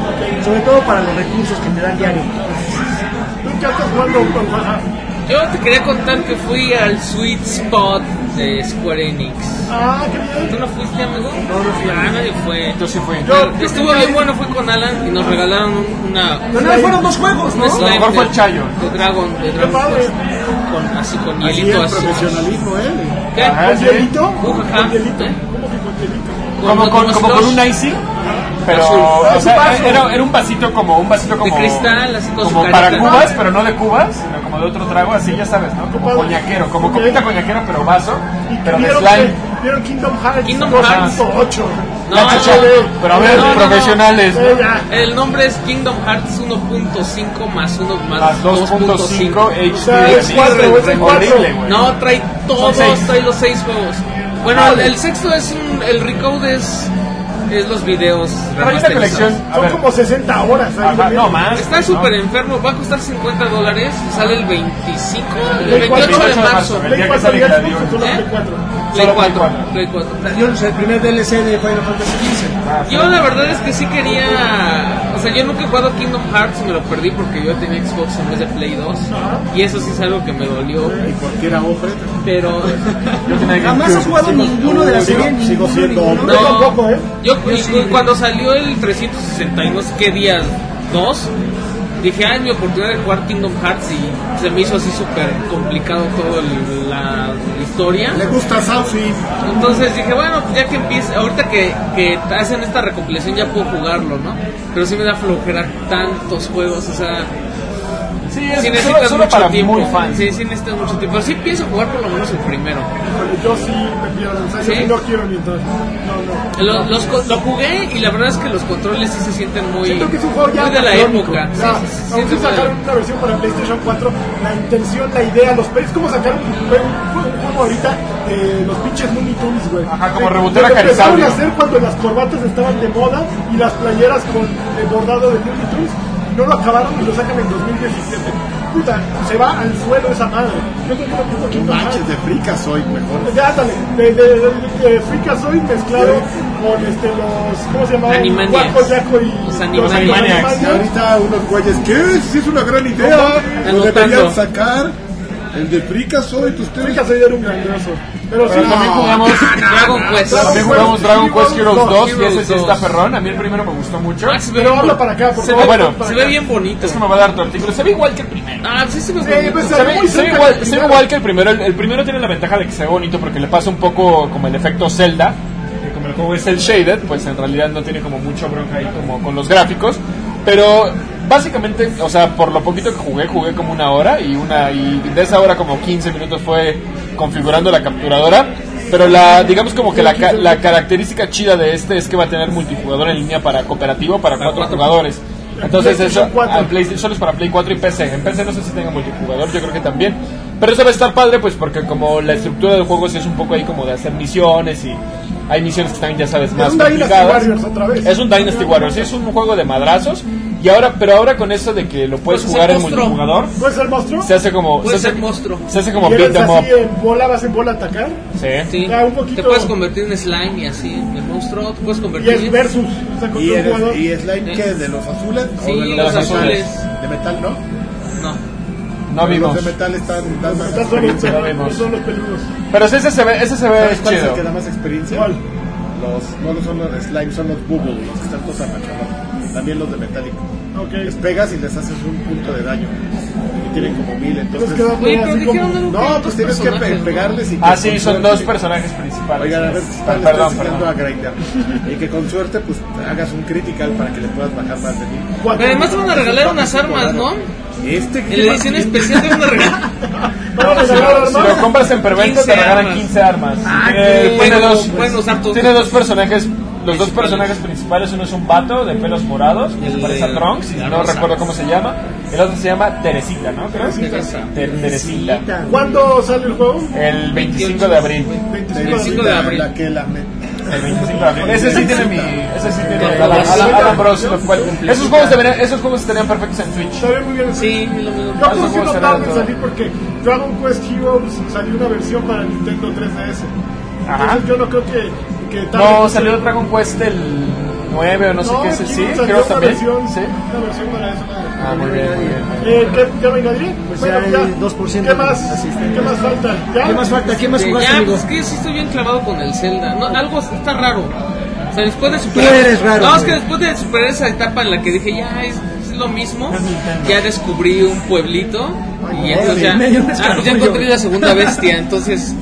[SPEAKER 4] sobre todo para los recursos que me dan diario.
[SPEAKER 1] ¿Tú qué estás jugando con Jaja?
[SPEAKER 3] Yo te quería contar que fui al sweet spot de Square Enix.
[SPEAKER 1] Ah, qué bien.
[SPEAKER 3] ¿Tú no fuiste, amigo? No, no fui. Ah, nadie fue.
[SPEAKER 5] Entonces fue.
[SPEAKER 1] Yo- yo
[SPEAKER 3] Estuvo
[SPEAKER 1] quería
[SPEAKER 3] bien
[SPEAKER 1] ir-
[SPEAKER 3] bueno, fue con Alan y nos regalaron una...
[SPEAKER 4] Pero no, fueron dos juegos, ¿no?
[SPEAKER 3] una slime
[SPEAKER 5] mejor fue
[SPEAKER 3] de-
[SPEAKER 5] el Chayo.
[SPEAKER 3] De Dragon, de Dragon
[SPEAKER 1] padre.
[SPEAKER 3] Quest. Con, así con
[SPEAKER 2] Así
[SPEAKER 3] hielito
[SPEAKER 2] el
[SPEAKER 3] así.
[SPEAKER 2] profesionalismo, ¿eh?
[SPEAKER 3] ¿Qué?
[SPEAKER 5] Ajá,
[SPEAKER 1] ¿Con
[SPEAKER 5] Ah, sí.
[SPEAKER 1] hielito?
[SPEAKER 3] Ujaja.
[SPEAKER 1] ¿Con hielito?
[SPEAKER 3] ¿Eh?
[SPEAKER 1] ¿Cómo que con hielito?
[SPEAKER 5] Como, con, como con un icy,
[SPEAKER 3] Azul.
[SPEAKER 5] pero o
[SPEAKER 1] Es
[SPEAKER 5] sea,
[SPEAKER 1] un vaso.
[SPEAKER 5] era, era un vasito como un vasito como
[SPEAKER 3] cristal, así con su
[SPEAKER 5] como
[SPEAKER 3] carita.
[SPEAKER 5] para cubas, pero no de cubas, sino como de otro trago, así ya sabes, ¿no? Como
[SPEAKER 1] padre.
[SPEAKER 5] coñaquero, como
[SPEAKER 1] Ok.
[SPEAKER 5] copita coñaquera, pero vaso,
[SPEAKER 1] ¿Y
[SPEAKER 5] pero de
[SPEAKER 1] vieron,
[SPEAKER 5] slime.
[SPEAKER 1] que- vieron Kingdom Hearts
[SPEAKER 3] Kingdom
[SPEAKER 1] 2.8.
[SPEAKER 3] No,
[SPEAKER 5] Ya,
[SPEAKER 3] no,
[SPEAKER 5] chacho,
[SPEAKER 3] no.
[SPEAKER 5] pero a ver, pues,
[SPEAKER 3] No, no, no.
[SPEAKER 5] profesionales. ¿no?
[SPEAKER 1] Eh, ya.
[SPEAKER 3] El nombre es Kingdom Hearts 1.5 más 1 más
[SPEAKER 5] Las
[SPEAKER 3] 2.5
[SPEAKER 5] 2.5
[SPEAKER 1] O sea, es
[SPEAKER 5] HD.
[SPEAKER 1] cuatro, es el cuatro.
[SPEAKER 5] Horrible, güey.
[SPEAKER 3] No, trae todos,
[SPEAKER 5] seis.
[SPEAKER 3] trae los seis juegos. Bueno, el, el sexto es un, el recode es, es los videos.
[SPEAKER 5] Pero esta
[SPEAKER 3] remasterizados.
[SPEAKER 5] colección, a
[SPEAKER 1] Son
[SPEAKER 5] ver,
[SPEAKER 1] como 60 horas. ahí
[SPEAKER 5] ajá,
[SPEAKER 1] también.
[SPEAKER 5] no más.
[SPEAKER 3] Está súper enfermo, va a costar 50 dólares, sale el 25, el
[SPEAKER 1] Del
[SPEAKER 3] 28 de
[SPEAKER 1] 28 de
[SPEAKER 3] marzo.
[SPEAKER 5] marzo.
[SPEAKER 1] Play
[SPEAKER 5] día que
[SPEAKER 1] 4
[SPEAKER 5] sale
[SPEAKER 1] ya
[SPEAKER 5] la
[SPEAKER 1] es
[SPEAKER 5] Dios.
[SPEAKER 1] mucho, tú no
[SPEAKER 3] ¿Eh?
[SPEAKER 1] Play 4.
[SPEAKER 3] Play
[SPEAKER 5] Solo
[SPEAKER 3] 4,
[SPEAKER 5] Play
[SPEAKER 3] Play 4.
[SPEAKER 4] Yo no sé, el primer DLC de Final Fantasy XV.
[SPEAKER 3] Yo la verdad es que sí quería. O sea, yo nunca he jugado Kingdom Hearts, me lo perdí porque yo tenía Xbox en vez de Play 2. Y eso sí es algo que me dolió.
[SPEAKER 2] Y porque era hombre.
[SPEAKER 3] Pero.
[SPEAKER 5] Yo tenía que-
[SPEAKER 4] Jamás has jugado ninguno de la
[SPEAKER 2] Sigo-
[SPEAKER 4] serie,
[SPEAKER 2] sigo
[SPEAKER 4] ninguno,
[SPEAKER 2] siendo
[SPEAKER 4] ninguno.
[SPEAKER 2] hombre.
[SPEAKER 1] Yo tampoco, ¿eh?
[SPEAKER 3] Yo, y cuando salió el 362, ¿qué día? 2 Dije, ah, es mi oportunidad de jugar Kingdom Hearts y se me hizo así súper complicado toda la historia.
[SPEAKER 2] Le gusta Saucy.
[SPEAKER 3] Entonces dije, bueno, pues ya que empieza, ahorita que, que hacen esta recopilación ya puedo jugarlo, ¿no? Pero sí me da flojera tantos juegos, o sea,
[SPEAKER 5] Sí,
[SPEAKER 3] sí
[SPEAKER 5] es
[SPEAKER 3] necesitas
[SPEAKER 5] solo, solo
[SPEAKER 3] mucho
[SPEAKER 5] para
[SPEAKER 3] tiempo.
[SPEAKER 5] muy fans.
[SPEAKER 3] Sí, sí necesitas mucho tiempo. Pero sí pienso jugar por lo menos el primero.
[SPEAKER 1] Híjole, Yo sí me pierdo. O sea, yo
[SPEAKER 3] ¿Sí?
[SPEAKER 1] sí no quiero ni entrar. No, no.
[SPEAKER 3] Lo, los co- lo jugué y la verdad es que los controles sí se sienten muy,
[SPEAKER 1] Siento que es un juego ya
[SPEAKER 3] muy de la
[SPEAKER 1] anacrónico.
[SPEAKER 3] época. Sí,
[SPEAKER 1] Ya,
[SPEAKER 3] sí, sí,
[SPEAKER 1] aunque
[SPEAKER 3] siento muy-
[SPEAKER 1] sacaron una versión para PlayStation 4, la intención, la idea, los pe- es como sacar un, un- un juego ahorita eh, los pinches Looney Tunes, güey.
[SPEAKER 5] Ajá, como
[SPEAKER 1] Eh,
[SPEAKER 5] rebotar
[SPEAKER 1] lo que
[SPEAKER 5] a
[SPEAKER 1] empezaron a
[SPEAKER 5] Carisaurio.
[SPEAKER 1] hacer cuando las corbatas estaban de moda y las playeras con el bordado de Looney Tunes, no lo acabaron y lo sacan en 2017. Puta, se va al suelo esa madre. Yo creo que lo mismo que Kingdom Hearts.
[SPEAKER 2] Manches, de frica soy mejor.
[SPEAKER 1] Pues Ya, ándale, de, de, de, de Freakazoid mezclado con este, los, ¿cómo se llama?
[SPEAKER 3] Animaniacs.
[SPEAKER 1] Guaco, Yaco y
[SPEAKER 3] Los Animaniacs.
[SPEAKER 1] Animaniacs.
[SPEAKER 2] Y ahorita unos güeyes, ¿qué? Si es una gran idea, lo
[SPEAKER 3] Anotando.
[SPEAKER 2] deberían sacar. El de frica soy, tú ustedes.
[SPEAKER 1] Freakazoid era un grandioso. Pero sí,
[SPEAKER 5] Pero también jugamos,
[SPEAKER 3] Dragon Quest.
[SPEAKER 5] también jugamos Dragon Quest Heroes 2 y ese sí
[SPEAKER 3] Heroes
[SPEAKER 5] está
[SPEAKER 3] 2.
[SPEAKER 5] perrón. A mí el primero me gustó mucho.
[SPEAKER 3] Ah, se ve
[SPEAKER 1] Pero
[SPEAKER 3] bien
[SPEAKER 1] habla
[SPEAKER 3] bo-
[SPEAKER 1] para acá, por
[SPEAKER 3] se
[SPEAKER 1] favor.
[SPEAKER 5] ve-
[SPEAKER 1] habla
[SPEAKER 5] bueno,
[SPEAKER 1] para
[SPEAKER 3] Se
[SPEAKER 1] acá.
[SPEAKER 3] ve bien bonito.
[SPEAKER 5] Es que me va a dar tu artículo. Se ve igual que el primero.
[SPEAKER 3] Ah, sí se ve
[SPEAKER 1] Sí,
[SPEAKER 3] bonito.
[SPEAKER 1] pues,
[SPEAKER 5] Se ve,
[SPEAKER 1] muy
[SPEAKER 5] se ve
[SPEAKER 1] cerca
[SPEAKER 5] igual,
[SPEAKER 1] del
[SPEAKER 5] se ve
[SPEAKER 1] primero.
[SPEAKER 5] igual que el primero. El, el primero tiene la ventaja de que se ve bonito porque le pasa un poco como el efecto Zelda. Que como el juego es el shaded, pues en realidad no tiene como mucho bronca ahí como con los gráficos. Pero básicamente, o sea, por lo poquito que jugué, jugué como una hora y una y de esa hora como 15 minutos fue configurando la capturadora. Pero la, digamos como que la, ca- la característica chida de este es que va a tener multijugador en línea para cooperativo para cuatro jugadores. Entonces eso,
[SPEAKER 1] PlayStation 4.
[SPEAKER 5] al PlayStation solo es para Play 4 y PC. En PC no sé si tenga multijugador, yo creo que también. Pero eso va a estar padre, pues porque como la estructura del juego sí es un poco ahí como de hacer misiones y hay misiones que están, ya sabes, más
[SPEAKER 1] un Dynasty
[SPEAKER 5] complicadas.
[SPEAKER 1] Warriors otra vez.
[SPEAKER 5] Es un Dynasty Warriors, sí, es un juego de madrazos. Y ahora, pero ahora con eso de que lo puedes
[SPEAKER 3] Pues es
[SPEAKER 5] jugar
[SPEAKER 3] el
[SPEAKER 5] en
[SPEAKER 3] monstruo.
[SPEAKER 5] multijugador,
[SPEAKER 1] ¿No es el monstruo?
[SPEAKER 5] se hace como Pues se
[SPEAKER 3] Puede
[SPEAKER 5] hace,
[SPEAKER 3] ser monstruo.
[SPEAKER 5] se hace como
[SPEAKER 1] Y
[SPEAKER 5] beat
[SPEAKER 1] eres
[SPEAKER 5] them up.
[SPEAKER 1] así en bola, vas en bola a atacar.
[SPEAKER 5] Sí.
[SPEAKER 3] Sí.
[SPEAKER 1] Ya, Ah, un poquito-
[SPEAKER 3] Te puedes convertir en slime y así, en monstruo. Te puedes
[SPEAKER 1] Y
[SPEAKER 3] convertir
[SPEAKER 1] es
[SPEAKER 3] en.
[SPEAKER 1] versus. O sea, contra
[SPEAKER 2] Y,
[SPEAKER 1] un jugador.
[SPEAKER 2] eres, y slime que de los azules
[SPEAKER 3] Sí,
[SPEAKER 2] o de
[SPEAKER 3] los
[SPEAKER 2] metales?
[SPEAKER 3] azules.
[SPEAKER 2] De metal, ¿no?
[SPEAKER 3] No.
[SPEAKER 5] No
[SPEAKER 2] Pero
[SPEAKER 5] vimos.
[SPEAKER 2] Los de metal están dan más
[SPEAKER 1] Estás solo,
[SPEAKER 2] experiencia.
[SPEAKER 1] pero
[SPEAKER 5] vemos.
[SPEAKER 1] son los peludos.
[SPEAKER 5] Pero sí, ese se ve, ese se ve
[SPEAKER 2] ¿Sabes cuál es el
[SPEAKER 5] chido.
[SPEAKER 2] que da más experiencia?
[SPEAKER 1] ¿Cuál?
[SPEAKER 2] Los, no no son los de slime, son los bubble, los que están todos amachacados. También los de metálico.
[SPEAKER 1] Ok.
[SPEAKER 2] Les pegas y les haces un punto de daño. Y tienen como mil, entonces.
[SPEAKER 1] Entonces queda
[SPEAKER 3] Oye,
[SPEAKER 1] todo
[SPEAKER 3] pero
[SPEAKER 1] así
[SPEAKER 3] dijeron
[SPEAKER 1] como-
[SPEAKER 3] algo
[SPEAKER 2] No, pues tienes que pe-
[SPEAKER 3] personajes, ¿no?
[SPEAKER 2] pegarles y. que
[SPEAKER 5] Ah, sí,
[SPEAKER 2] con
[SPEAKER 5] son
[SPEAKER 2] suerte-
[SPEAKER 5] dos personajes principales.
[SPEAKER 2] Oigan, a ver si
[SPEAKER 5] Ah,
[SPEAKER 2] están
[SPEAKER 5] perdón,
[SPEAKER 2] enseñando
[SPEAKER 5] perdón.
[SPEAKER 2] a grindar. Y que con suerte, pues hagas un critical para que le puedas bajar más de mil.
[SPEAKER 1] Cuatro.
[SPEAKER 3] Pero además te van a regalar unas armas, ¿no?
[SPEAKER 2] Este
[SPEAKER 3] En la edición especial te van a regalar.
[SPEAKER 1] Vamos a
[SPEAKER 5] Si
[SPEAKER 1] ganar,
[SPEAKER 5] lo, si
[SPEAKER 1] hermano.
[SPEAKER 5] lo compras en preventa
[SPEAKER 3] 15
[SPEAKER 5] te regalan
[SPEAKER 3] armas.
[SPEAKER 5] 15 armas.
[SPEAKER 3] Ah,
[SPEAKER 5] Eh,
[SPEAKER 3] qué
[SPEAKER 5] tiene
[SPEAKER 3] bueno,
[SPEAKER 5] dos,
[SPEAKER 3] pueden usar todo.
[SPEAKER 5] tiene dos personajes. Los dos
[SPEAKER 3] Principales.
[SPEAKER 5] personajes principales, uno es un vato de pelos morados, que se
[SPEAKER 3] El-
[SPEAKER 5] parece a Trunks, y
[SPEAKER 3] la
[SPEAKER 5] no
[SPEAKER 3] rosa.
[SPEAKER 5] recuerdo cómo se llama. El otro se llama Teresita, ¿no? Creo que
[SPEAKER 3] Teresa.
[SPEAKER 5] Teresita.
[SPEAKER 1] ¿Cuándo sale el juego?
[SPEAKER 5] El 25 de abril.
[SPEAKER 1] 25 de
[SPEAKER 3] El cinco
[SPEAKER 1] abril.
[SPEAKER 3] de abril.
[SPEAKER 2] La que la
[SPEAKER 5] El 25 de abril. Ese sí tiene mi. Ese sí tiene.
[SPEAKER 3] Alan-
[SPEAKER 5] Alan,
[SPEAKER 3] Alan-
[SPEAKER 5] Alan Bros, lo cual cumplí. Esos juegos, deberían, esos juegos estarían perfectos en Switch.
[SPEAKER 1] Está bien, muy bien.
[SPEAKER 3] Sí, lo mismo.
[SPEAKER 1] Yo por si no pues,
[SPEAKER 5] Algo
[SPEAKER 1] tardan en
[SPEAKER 5] será,
[SPEAKER 1] salir porque Dragon Quest Heroes salió una versión para el Nintendo 3DS.
[SPEAKER 5] Ajá.
[SPEAKER 1] Entonces yo no creo que, que
[SPEAKER 5] No, salió Dragon Quest el 9 o no sé
[SPEAKER 1] No,
[SPEAKER 5] qué es el
[SPEAKER 1] Heroes
[SPEAKER 5] sí,
[SPEAKER 1] salió
[SPEAKER 5] creo
[SPEAKER 1] una
[SPEAKER 5] también.
[SPEAKER 1] Versión,
[SPEAKER 5] Sí.
[SPEAKER 1] Una versión para eso.
[SPEAKER 5] Ah, muy bien, muy bien.
[SPEAKER 1] Eh, ¿qué, ¿Ya me engañé?
[SPEAKER 4] Pues ya hay 2%
[SPEAKER 1] ¿Qué más?
[SPEAKER 4] asistente.
[SPEAKER 1] ¿Qué más falta? ¿Ya?
[SPEAKER 4] ¿Qué más falta? ¿Qué más
[SPEAKER 3] Sí,
[SPEAKER 4] jugaste,
[SPEAKER 3] ya,
[SPEAKER 4] amigo?
[SPEAKER 3] pues que yo sí estoy bien clavado con el Zelda. No, algo está raro. O sea, después de
[SPEAKER 4] Tú eres raro,
[SPEAKER 3] No, es
[SPEAKER 4] güey.
[SPEAKER 3] que después de superar esa etapa en la que dije, ya es, es lo mismo, ya descubrí un pueblito. y entonces ya,
[SPEAKER 4] me dio un
[SPEAKER 3] Ah, pues
[SPEAKER 4] escalofrío.
[SPEAKER 3] ya encontré la segunda bestia, entonces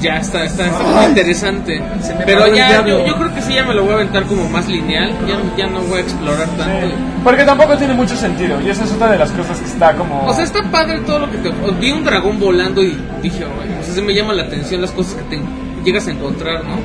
[SPEAKER 3] ya está, está, está muy interesante.
[SPEAKER 4] me paró
[SPEAKER 3] Pero
[SPEAKER 4] el
[SPEAKER 3] ya,
[SPEAKER 4] diablo.
[SPEAKER 3] yo, yo creo que sí, ya me lo voy a aventar como más lineal. Ya, ya no voy a explorar tanto.
[SPEAKER 5] Porque tampoco tiene mucho sentido. Y esa es otra de las cosas que está como.
[SPEAKER 3] O sea, está padre todo lo que te... o- Vi un dragón volando y dije, "Ay", o sea, se me llama la atención las cosas que te llegas a encontrar, ¿no?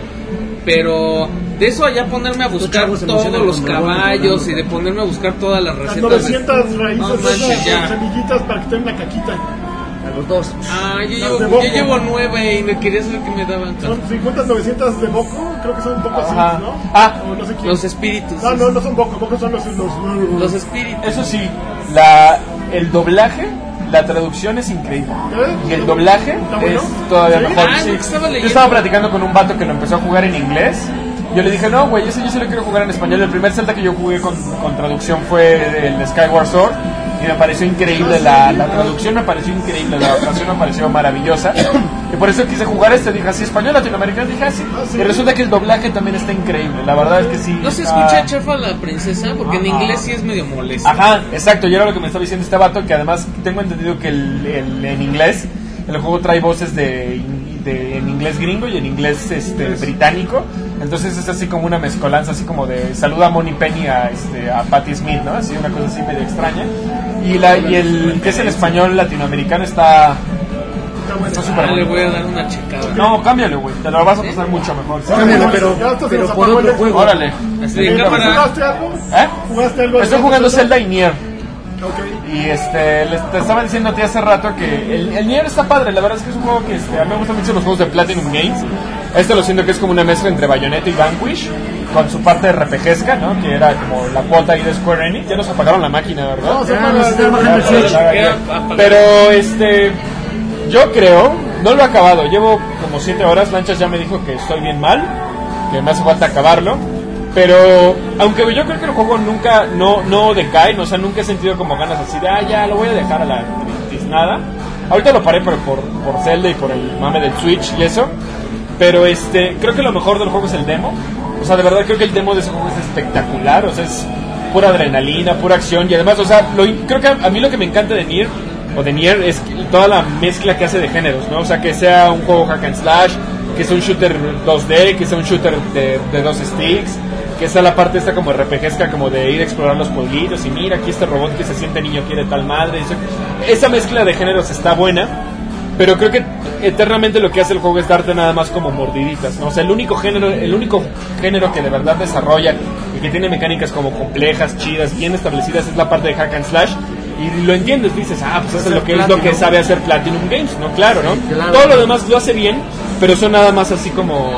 [SPEAKER 3] Pero de eso allá ponerme a buscar
[SPEAKER 4] chavos se
[SPEAKER 3] todos
[SPEAKER 4] emocionan
[SPEAKER 3] los
[SPEAKER 4] cuando vuelan
[SPEAKER 3] caballos
[SPEAKER 4] volando.
[SPEAKER 3] y de ponerme a buscar todas las
[SPEAKER 1] Las
[SPEAKER 3] recetas. de-
[SPEAKER 1] 900 raíces,
[SPEAKER 3] No manches,
[SPEAKER 1] esas
[SPEAKER 3] ya.
[SPEAKER 1] semillitas para que estén en la caquita.
[SPEAKER 4] A los dos.
[SPEAKER 3] Ah, yo
[SPEAKER 1] de
[SPEAKER 3] llevo,
[SPEAKER 1] Boco.
[SPEAKER 3] yo llevo nueve y me quería saber qué me daban.
[SPEAKER 1] Son 50 900 de Boco, creo que son un poco así,
[SPEAKER 5] Ajá.
[SPEAKER 1] ¿no?
[SPEAKER 5] Ah.
[SPEAKER 1] O no sé quién.
[SPEAKER 3] Los espíritus.
[SPEAKER 1] No, no, no son Boco, Boco son los... los,
[SPEAKER 3] Los espíritus.
[SPEAKER 5] Eso sí, la, el doblaje, la traducción es increíble.
[SPEAKER 1] ¿Eh?
[SPEAKER 5] Y el doblaje
[SPEAKER 1] ¿Está bueno?
[SPEAKER 5] es todavía
[SPEAKER 1] ¿Sí?
[SPEAKER 5] mejor.
[SPEAKER 3] Ah,
[SPEAKER 5] sí.
[SPEAKER 3] lo que estaba
[SPEAKER 5] yo
[SPEAKER 3] leyendo.
[SPEAKER 5] estaba platicando con un vato que lo empezó a jugar en inglés. Yo le dije, no, güey, ese yo sí lo quiero jugar en español. El primer Zelda que yo jugué con, con traducción fue el Skyward Sword. Y me pareció increíble la, la traducción, me pareció increíble, la adaptación me pareció maravillosa. Y por eso quise jugar este, dije así, español, latinoamericano, dije así. Y resulta que el doblaje también está increíble, la verdad es que sí.
[SPEAKER 3] Ah, No se
[SPEAKER 5] está-
[SPEAKER 1] Ah.
[SPEAKER 3] escucha chafa la princesa porque en inglés sí es medio molesto.
[SPEAKER 5] Ajá, exacto, y era lo que me estaba diciendo este vato, que además tengo entendido que el, el- en inglés, el juego trae voces de, de- en inglés gringo y en inglés este, británico, entonces es así como una mezcolanza, así como de saluda a Moni Penny a, este, a Patti Smith, ¿no? Así una cosa así medio extraña. Y, la, y el que es el español latinoamericano está... Está súper
[SPEAKER 3] Ah, le
[SPEAKER 5] bueno.
[SPEAKER 3] voy a dar una checada.
[SPEAKER 5] No, cámbiale, güey, te lo vas a pasar mucho mejor.
[SPEAKER 2] Cámbiala, pero,
[SPEAKER 1] Ya hasta se
[SPEAKER 2] pero
[SPEAKER 1] nos
[SPEAKER 2] por
[SPEAKER 1] apagó
[SPEAKER 2] otro
[SPEAKER 1] el-
[SPEAKER 2] juego.
[SPEAKER 5] Órale.
[SPEAKER 3] Así de
[SPEAKER 1] Eh,
[SPEAKER 3] cámara.
[SPEAKER 1] ¿Jugaste algo?
[SPEAKER 5] ¿Eh?
[SPEAKER 1] ¿Jugaste algo?
[SPEAKER 5] Estoy jugando
[SPEAKER 1] Zelda?
[SPEAKER 5] Zelda y Nier.
[SPEAKER 1] Ok.
[SPEAKER 5] Y este, les te estaba diciendo a ti hace rato que el, el Nier está padre, la verdad es que es un juego que este, a mí me gustan mucho los juegos de Platinum Games. Este lo siento que es como una mezcla entre Bayonetta y Vanquish, con su parte RPGesca, ¿no? Que era como la cuota ahí de Square Enix. Ya nos apagaron la máquina, ¿verdad?
[SPEAKER 1] No, se
[SPEAKER 4] Ya,
[SPEAKER 1] apaga
[SPEAKER 4] nos
[SPEAKER 1] el-
[SPEAKER 4] está bajando el switch.
[SPEAKER 5] Pero este, yo creo, no lo he acabado. Llevo como 7 horas. Lanchas ya me dijo que estoy bien mal, que me hace falta acabarlo. Pero aunque yo creo que el juego nunca no no decae, no, o sea, nunca he sentido como ganas así de ah ya lo voy a dejar a la nada. Ahorita lo paré por, por, por Zelda y por el mame del Switch y eso. Pero este, creo que lo mejor del juego es el demo. O sea, de verdad creo que el demo de ese juego es espectacular. O sea, es pura adrenalina, pura acción. Y además, o sea, lo in- creo que a, a mí lo que me encanta de Nier, o de Nier, es que- toda la mezcla que hace de géneros, ¿no? O sea, que sea un juego hack and slash, que sea un shooter 2D, que sea un shooter de, de dos sticks, que sea la parte esta como RPGesca, como de ir a explorar los pueblitos y mira, aquí este robot que se siente niño quiere tal madre. Eso- esa mezcla de géneros está buena. Pero creo que eternamente lo que hace el juego es darte nada más como mordiditas, ¿no? O sea, el único género, el único género que de verdad desarrolla y que tiene mecánicas como complejas, chidas, bien establecidas es la parte de hack and slash. Y lo entiendes, dices, ah, pues eso es lo que, es lo que sabe hacer Platinum Games, ¿no? Claro, ¿no? Todo lo demás lo hace bien, pero son nada más así como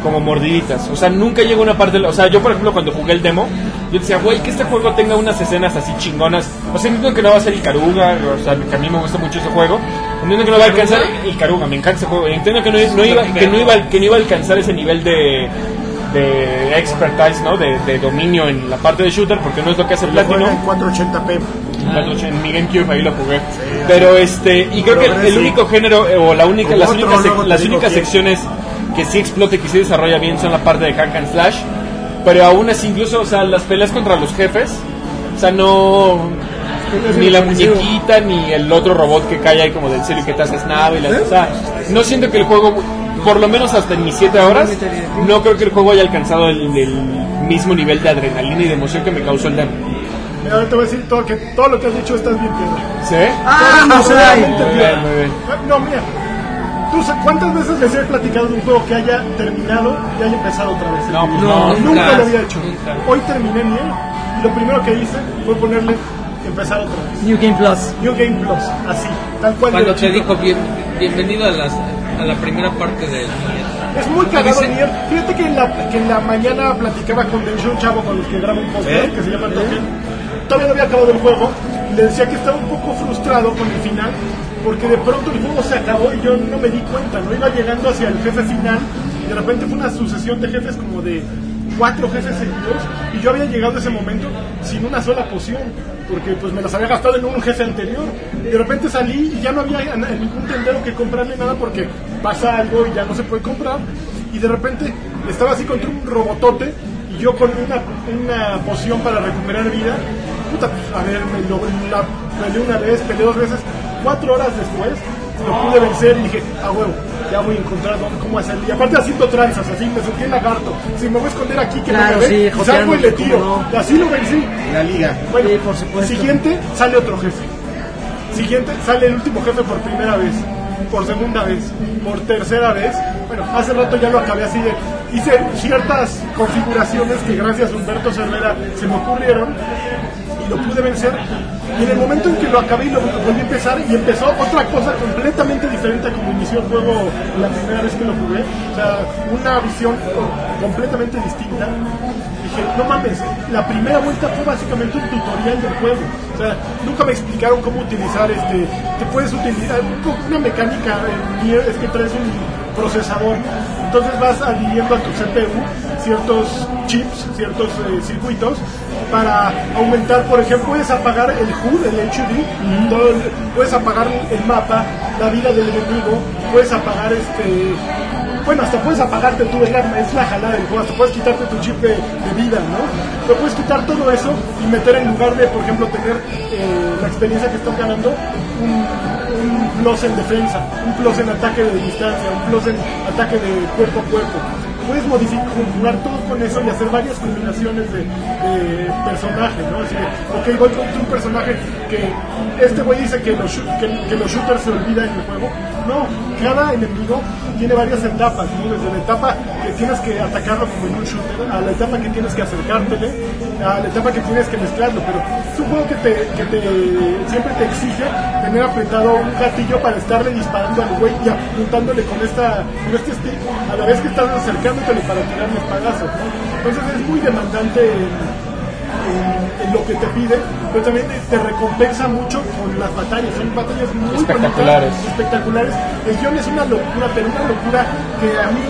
[SPEAKER 5] como mordiditas. O sea, nunca llega una parte. de la- O sea, yo, por ejemplo, cuando jugué el demo, yo decía, güey, que este juego tenga unas escenas así chingonas. O sea, entiendo que no va a ser Icaruga, o sea, que a mí me gusta mucho ese juego. Entiendo que no va a alcanzar Icaruga, me encanta ese juego. Entiendo que no, no iba, que, no iba, que no iba a alcanzar ese nivel de de expertise, ¿no? De, de dominio en la parte de shooter, porque no es lo que hace Platinum.
[SPEAKER 2] Juega en 480p. Ah.
[SPEAKER 5] Cuando en mi GameCube ahí lo jugué. Pero este, y creo
[SPEAKER 2] Progreso.
[SPEAKER 5] que el único género eh, o la única,
[SPEAKER 2] Como
[SPEAKER 5] las
[SPEAKER 2] otro,
[SPEAKER 5] únicas, sec-
[SPEAKER 2] luego te
[SPEAKER 5] las
[SPEAKER 2] digo
[SPEAKER 5] únicas
[SPEAKER 2] quién.
[SPEAKER 5] secciones que sí explota y que sí desarrolla bien son la parte de hack and slash. Pero aún así, incluso, o sea, las peleas contra los jefes, o sea, no. Ni la muñequita, ni el otro robot que cae ahí como del cielo y que te haces nada. Y la,
[SPEAKER 2] ¿Eh?
[SPEAKER 5] o sea, no siento que el juego, por lo menos hasta en mis 7 horas, no creo que el juego haya alcanzado el, el mismo nivel de adrenalina y de emoción que me causó el demo.
[SPEAKER 1] Mira, ahora te voy a decir todo, que, todo lo que has dicho estás bien piedra.
[SPEAKER 5] ¿Sí?
[SPEAKER 4] ¡Ah, no se
[SPEAKER 1] Absolutamente
[SPEAKER 5] Muy
[SPEAKER 1] piedra.
[SPEAKER 5] bien, muy bien.
[SPEAKER 1] Ah, No, mira. ¿Tú sa- cuántas veces les he platicado de un juego que haya terminado y haya empezado otra vez?
[SPEAKER 5] No, pues no.
[SPEAKER 1] nunca,
[SPEAKER 3] nunca,
[SPEAKER 1] lo había hecho.
[SPEAKER 3] nunca.
[SPEAKER 1] Hoy terminé Nier y lo primero que hice fue ponerle empezar otra vez.
[SPEAKER 4] New Game Plus.
[SPEAKER 1] New Game Plus, así, tal cual.
[SPEAKER 3] Cuando
[SPEAKER 1] de
[SPEAKER 3] te
[SPEAKER 1] chico.
[SPEAKER 3] dijo bien, bienvenido a, las, a la primera parte del día.
[SPEAKER 1] Es muy cagado
[SPEAKER 3] Avisen-
[SPEAKER 1] Nier. Fíjate que en, la, que en la mañana platicaba con Denshi, un chavo con el que grabo un podcast que se llama Token. Todavía no había acabado el juego. Le decía que estaba un poco frustrado con el final. Porque de pronto el juego se acabó y yo no me di cuenta. No iba llegando hacia el jefe final. Y de repente fue una sucesión de jefes como de cuatro jefes seguidos. Y yo había llegado a ese momento sin una sola poción. Porque pues me las había gastado en un jefe anterior. Y de repente salí y ya no había na- ningún tendero que comprarle nada porque pasa algo y ya no se puede comprar. Y de repente estaba así contra un robotote y yo con una, una poción para recuperar vida. Puta, pues, a ver, me lo, la peleé una vez, peleé dos veces. Cuatro horas después lo pude vencer y dije, ah, huevo, ya voy a encontrar dónde- cómo hacerlo. Y aparte haciendo tranzas, así me sentí en lagarto. Si me voy a esconder aquí, que
[SPEAKER 4] Claro,
[SPEAKER 1] no me
[SPEAKER 4] sí,
[SPEAKER 1] ve, y salgo y le
[SPEAKER 4] joteándote,
[SPEAKER 1] tiro.
[SPEAKER 4] ¿cómo
[SPEAKER 1] Y Así lo vencí.
[SPEAKER 2] La liga.
[SPEAKER 1] Bueno,
[SPEAKER 4] Sí, por supuesto.
[SPEAKER 1] siguiente sale otro jefe. Siguiente sale el último jefe por primera vez, por segunda vez, por tercera vez. Bueno, hace rato ya lo acabé así de. Hice ciertas configuraciones que gracias a Humberto Cervera se me ocurrieron y lo pude vencer. Y en el momento en que lo acabé y lo volví a empezar, y empezó otra cosa completamente diferente a como inició el juego la primera vez que lo jugué. O sea, una visión co- completamente distinta. Dije, no mames, la primera vuelta fue básicamente un tutorial del juego. O sea, nunca me explicaron cómo utilizar este. Te puedes utilizar una mecánica en Nier es que traes un procesador. Entonces vas adhiriendo a tu CPU ciertos chips, ciertos eh, circuitos para aumentar, por ejemplo, puedes apagar el HUD, el HUD, todo el- puedes apagar el mapa, la vida del enemigo, puedes apagar este... Bueno, hasta puedes apagarte tú, es la, es la jalada del juego, hasta puedes quitarte tu chip de, de vida, ¿no? Pero puedes quitar todo eso y meter en lugar de, por ejemplo, tener eh, la experiencia que estás ganando, un, un plus en defensa, un plus en ataque de distancia, un plus en ataque de cuerpo a cuerpo. Puedes modificar, jugar todo con eso y hacer varias combinaciones de, de personajes, ¿no? Así que, ok, voy con un personaje que este güey dice que los, shoot- que, que los shooters se olvidan en el juego. No, cada enemigo tiene varias etapas, ¿no? Desde la etapa que tienes que atacarlo como en un shooter, a la etapa que tienes que acercártele, a la etapa que tienes que mezclarlo, pero es un juego que te, que te- siempre te exige tener apretado un gatillo para estarle disparando al güey y apuntándole con esta con este stick a la vez que estás acercándotele para tirar un espadazo, ¿no? Entonces es muy demandante en, en- en lo que te pide, pero también te recompensa mucho con las batallas, son batallas muy
[SPEAKER 7] Espectaculares.
[SPEAKER 1] bonitas, espectaculares. El guión es una locura, pero una locura que a mí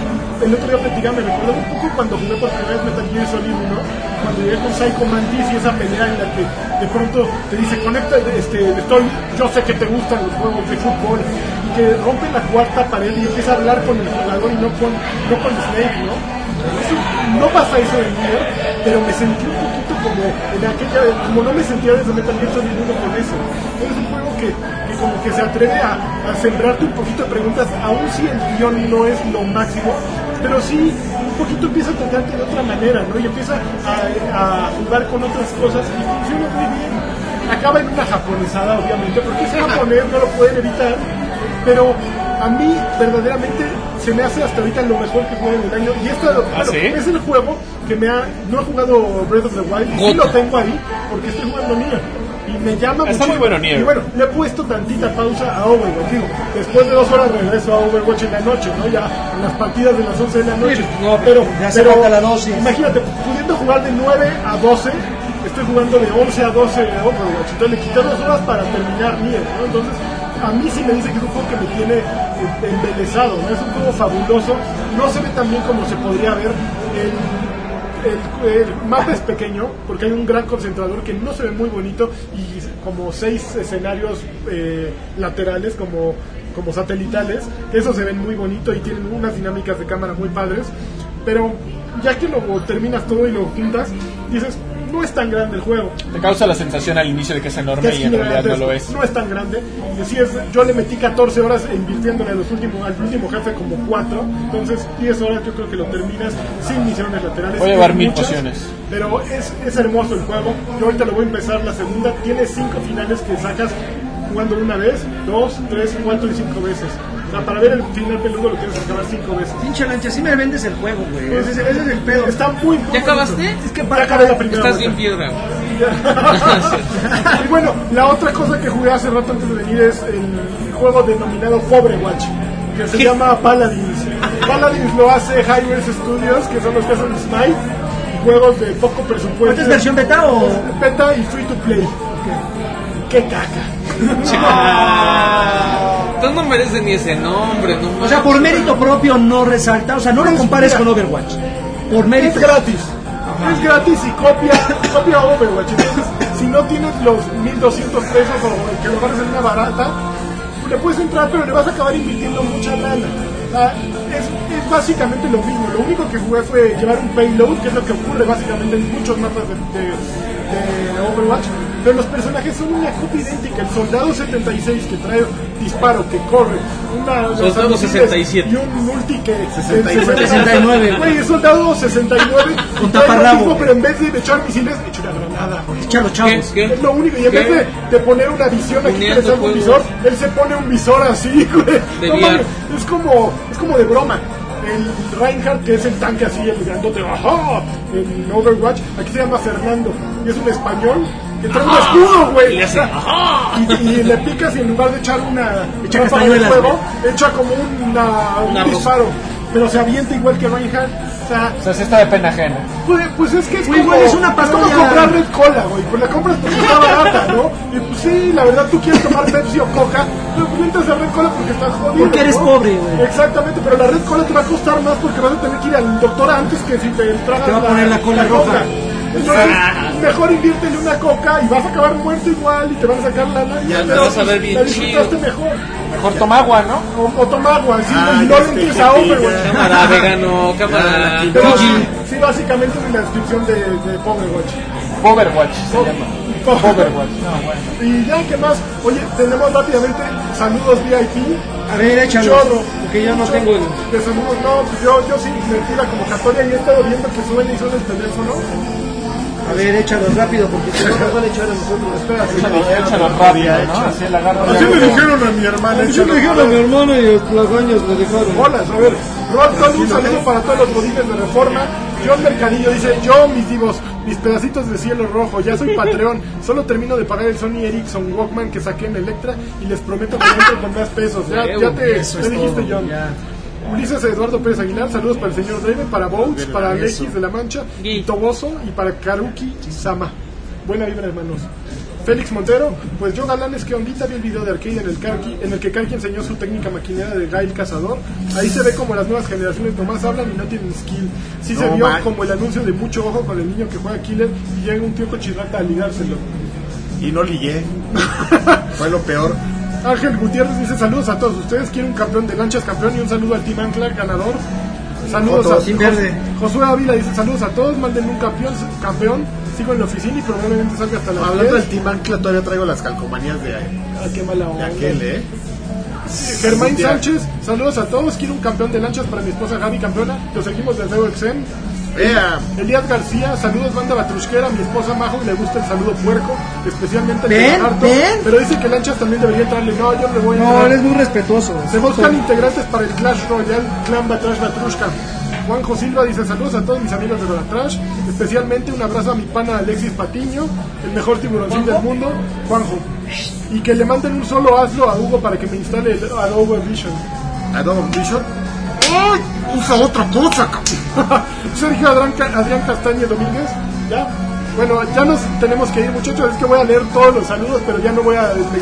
[SPEAKER 1] el otro día platicaba, me recuerda un poco cuando jugué por primera vez Metal Gear Solid 1, cuando llegué con Psycho Mantis y esa pelea en la que de pronto te dice, conecta, este, estoy, yo sé que te gustan los juegos de fútbol, y que rompe la cuarta pared y empieza a hablar con el jugador y no con, no con Snake, ¿no? Eso, no pasa eso en Nier, pero me sentí un poquito como en aquella, como no me sentía desde Metal Gear Solid 1 con eso. Es un juego que, que como que se atreve a, a sembrarte un poquito de preguntas, aun si el guión no es lo máximo, pero sí un poquito empieza a tratarte de otra manera, ¿no? Y empieza a, a jugar con otras cosas y funciona muy bien. Acaba en una japonesada, obviamente, porque es japonés, no lo pueden evitar, pero a mí verdaderamente se me hace hasta ahorita lo mejor que juego en el año. Y esta, bueno,
[SPEAKER 7] ¿Ah, sí?
[SPEAKER 1] es el juego que me ha. No he jugado Breath of the Wild, y sí lo tengo ahí, porque estoy jugando Nier. Y me llama
[SPEAKER 7] Está
[SPEAKER 1] muchísimo.
[SPEAKER 7] muy bueno Nier.
[SPEAKER 1] Y bueno, le he puesto tantita pausa a Overwatch. Digo, después de dos horas regreso a Overwatch en la noche, ¿no? Ya en las partidas de las 11 de la noche.
[SPEAKER 4] no,
[SPEAKER 1] pero,
[SPEAKER 4] ya se falta la dosis.
[SPEAKER 1] Imagínate, pudiendo jugar de 9 a 12, estoy jugando de 11 a 12 de Overwatch. Entonces le quité dos horas para terminar Nier, ¿no? Entonces, a mí sí me dice que es un juego que me tiene eh, embelesado, ¿no? Es un juego fabuloso. No se ve tan bien como se podría ver. El, el, el mapa es pequeño porque hay un gran concentrador que no se ve muy bonito y como seis escenarios eh, laterales como, como satelitales. Esos se ven muy bonito y tienen unas dinámicas de cámara muy padres. Pero ya que lo terminas todo y lo juntas, dices, no es tan grande el juego.
[SPEAKER 7] Te causa la sensación al inicio de que es
[SPEAKER 1] Ya
[SPEAKER 7] enorme
[SPEAKER 1] es
[SPEAKER 7] y en realidad no
[SPEAKER 1] gigante,
[SPEAKER 7] lo es.
[SPEAKER 1] no es tan grande. Y sí es, yo le metí 14 horas invirtiéndole a los últimos, al último jefe como 4. Entonces, 10 horas yo creo que lo terminas sin misiones laterales.
[SPEAKER 7] Voy a llevar
[SPEAKER 1] Hay
[SPEAKER 7] mil
[SPEAKER 1] muchas,
[SPEAKER 7] pociones.
[SPEAKER 1] Pero es, es hermoso el juego. Yo ahorita lo voy a empezar la segunda. Tiene 5 finales que sacas jugando una vez, dos, tres, cuatro y cinco veces. O sea, para ver el final peludo lo tienes que acabar cinco veces.
[SPEAKER 4] Pinche lancha, así me vendes el juego, güey. Ese, es- ese es el pedo.
[SPEAKER 1] Está muy muy
[SPEAKER 3] ¿Ya acabaste?
[SPEAKER 4] Es que
[SPEAKER 1] Pues, Ya
[SPEAKER 4] para-
[SPEAKER 1] acabé la primera
[SPEAKER 3] Estás
[SPEAKER 1] vuelta.
[SPEAKER 3] bien piedra. güey.
[SPEAKER 1] y bueno, la otra cosa que jugué hace rato antes de venir es el juego denominado Pobre Watch, que se llama Paladins. Paladins lo hace Hyrule Studios, que son los que hacen Smite, juegos de poco presupuesto.
[SPEAKER 4] ¿Esta es versión beta o.?
[SPEAKER 1] Beta y free to play. ¡Qué caca!
[SPEAKER 3] Tú no mereces ni ese nombre, no
[SPEAKER 4] O sea, por mérito propio no resalta, o sea, no lo compares con Overwatch. Por
[SPEAKER 1] Es
[SPEAKER 4] mérito.
[SPEAKER 1] gratis. Es gratis y copia, copia Overwatch. Entonces, si no tienes los 1200 pesos o que lo ganas en una barata, le puedes entrar, pero le vas a acabar invirtiendo mucha lana. Ah, es, es básicamente lo mismo. Lo único que jugué fue llevar un payload, que es lo que ocurre básicamente en muchos mapas de, de- de Overwatch. Pero los personajes son una copia idéntica. El soldado 76 que trae disparo, que corre, una.
[SPEAKER 3] Soldado
[SPEAKER 1] las
[SPEAKER 3] 67.
[SPEAKER 1] Y un multi que.
[SPEAKER 2] 69.
[SPEAKER 4] 69.
[SPEAKER 1] Güey, es soldado 69.
[SPEAKER 4] Con
[SPEAKER 1] trae lo
[SPEAKER 4] taparrabo.
[SPEAKER 1] mismo, Pero en vez de echar misiles, echa una granada, güey.
[SPEAKER 4] Chalo,
[SPEAKER 3] ¿Qué?
[SPEAKER 4] chavos.
[SPEAKER 3] ¿Qué?
[SPEAKER 1] Es lo único, y en
[SPEAKER 3] ¿Qué?
[SPEAKER 1] vez de, de poner una visión aquí que le
[SPEAKER 3] Uniendo
[SPEAKER 1] salga un
[SPEAKER 3] juegos.
[SPEAKER 1] visor, él se pone un visor así, güey.
[SPEAKER 3] De
[SPEAKER 1] No
[SPEAKER 3] VR.
[SPEAKER 1] mames, es como, es como de broma. El Reinhardt, que es el tanque así, el grandote, ¡ajá! En Overwatch, aquí se llama Fernando, y es un español que trae un escudo, güey.
[SPEAKER 3] Ah, le hace,
[SPEAKER 1] Y, y le picas y en lugar de echar una
[SPEAKER 4] Echa
[SPEAKER 1] ráfaga
[SPEAKER 4] castañuelas,
[SPEAKER 1] fuego, echa como una-
[SPEAKER 3] Una
[SPEAKER 1] un
[SPEAKER 3] rosa.
[SPEAKER 1] disparo. Pero se avienta igual que Reinhardt. O sea,
[SPEAKER 7] O sea, sí está de pena ajena.
[SPEAKER 1] pues, pues es que es
[SPEAKER 4] Güey,
[SPEAKER 1] como,
[SPEAKER 4] güey, es una
[SPEAKER 1] como
[SPEAKER 4] parodia.
[SPEAKER 1] comprar Red Cola, güey. Pues la compras porque está barata, ¿no? Y pues sí, la verdad tú quieres tomar Pepsi o Coca, pero pues entras a Red Cola porque estás jodido.
[SPEAKER 4] Porque eres
[SPEAKER 1] ¿no?
[SPEAKER 4] pobre, güey.
[SPEAKER 1] Exactamente, pero la Red Cola te va a costar más porque vas a tener que ir al doctor antes que si te tragas
[SPEAKER 4] Te va a poner la cola roja.
[SPEAKER 1] Entonces, mejor inviértele una coca y vas a acabar muerto igual y te van a sacar la lana.
[SPEAKER 2] Ya
[SPEAKER 1] y
[SPEAKER 2] te
[SPEAKER 3] vas a ver bien
[SPEAKER 1] La disfrutaste
[SPEAKER 3] chido.
[SPEAKER 1] mejor.
[SPEAKER 7] Mejor toma agua, ¿no?
[SPEAKER 1] O, o toma agua, sí,
[SPEAKER 2] Ah,
[SPEAKER 1] y no
[SPEAKER 2] ya
[SPEAKER 1] le
[SPEAKER 2] sé
[SPEAKER 1] entres
[SPEAKER 2] qué
[SPEAKER 1] a
[SPEAKER 2] pilla.
[SPEAKER 1] Overwatch.
[SPEAKER 3] Cámara vegano, cámara.
[SPEAKER 1] Pero sí, sí, básicamente es la descripción de, de Overwatch.
[SPEAKER 7] Overwatch se llama. Overwatch.
[SPEAKER 1] Y ya que más, oye, tenemos rápidamente saludos VIP.
[SPEAKER 4] A ver, échalos.
[SPEAKER 1] Chorro.
[SPEAKER 4] Porque yo no tengo. el-
[SPEAKER 1] De saludos, no, pues yo, yo sí me fui la convocatoria y he estado viendo que suben y suben el teléfono.
[SPEAKER 4] A ver, échalos rápido, porque si no nos van a echar a nosotros.
[SPEAKER 1] Espera, sí.
[SPEAKER 7] Échalo rápido, ¿no? Así la agarra.
[SPEAKER 2] Así le dijeron a mi hermana. échalo.
[SPEAKER 4] hermano y los dueños le dejaron.
[SPEAKER 1] Bolas, a ver. Rod Tony, un saludo para todos los godines de Reforma. John Mercadillo dice, yo mis divos, mis pedacitos de cielo rojo, ya soy Patreon, solo termino de pagar el Sony Ericsson Walkman que saqué en Electra y les prometo que entro con más pesos. Ya, ya te,
[SPEAKER 4] Eso
[SPEAKER 1] te
[SPEAKER 4] es
[SPEAKER 1] dijiste,
[SPEAKER 4] todo,
[SPEAKER 1] John.
[SPEAKER 4] ya.
[SPEAKER 1] Ulises Eduardo Pérez Aguilar, saludos para el señor David, para Bouts, para Alexis de la Mancha, y
[SPEAKER 3] Gui.
[SPEAKER 1] Toboso y para Karuki Sama. Buena vibra, hermanos. Félix Montero, pues yo galanes que ondita vi el video de arcade en el, Karki, en el que Karki enseñó su técnica maquinera de Gail Cazador. Ahí se ve como las nuevas generaciones nomás hablan y no tienen skill. Sí se
[SPEAKER 2] No,
[SPEAKER 1] vio
[SPEAKER 2] man.
[SPEAKER 1] como el anuncio de mucho ojo con el niño que juega Killer y llega un tío cochirrata a ligárselo.
[SPEAKER 2] Y no ligué. Fue lo peor.
[SPEAKER 1] Ángel Gutiérrez dice saludos a todos ustedes. Quiero un campeón de lanchas campeón y un saludo al Team Ancla ganador. Saludos
[SPEAKER 2] Otro
[SPEAKER 1] a
[SPEAKER 2] sin
[SPEAKER 4] verde.
[SPEAKER 1] Josué Ávila dice saludos a todos. Manden un campeón, campeón. Sigo en la oficina y probablemente salga hasta la
[SPEAKER 2] Hablando del Team Ancla, todavía traigo las calcomanías de,
[SPEAKER 1] qué mala
[SPEAKER 2] de
[SPEAKER 1] onda.
[SPEAKER 2] aquel, ¿eh?
[SPEAKER 1] Eh, Germán
[SPEAKER 2] Ya.
[SPEAKER 1] Sánchez, saludos a todos. Quiero un campeón de lanchas para mi esposa Gaby Campeona. Los seguimos desde Exen.
[SPEAKER 2] Vea.
[SPEAKER 1] Elías García, saludos banda batrusquera. Mi esposa Majo le gusta el saludo puerco, especialmente el
[SPEAKER 4] Ven,
[SPEAKER 1] de Harto.
[SPEAKER 4] ven.
[SPEAKER 1] Pero dice que lanchas también debería entrarle. No, yo le voy a
[SPEAKER 4] No,
[SPEAKER 1] entrar.
[SPEAKER 4] eres muy respetuoso.
[SPEAKER 1] Se buscan integrantes para el Clash Royale Clan Batrash Batrushka. Juanjo Silva dice saludos a todos mis amigos de Batrash, especialmente un abrazo a mi pana Alexis Patiño, el mejor tiburoncín del mundo, Juanjo. Y que le manden un solo hazlo a Hugo para que me instale el Adobe Vision.
[SPEAKER 2] Adobe Vision. ¡Ay! Usa otra cosa, cabrón.
[SPEAKER 1] Sergio Adrián, Ca- Adrián Castañe Domínguez, ya. Bueno, ya nos tenemos que ir, muchachos. Es que voy a leer todos los saludos, pero ya no voy a eh, ex-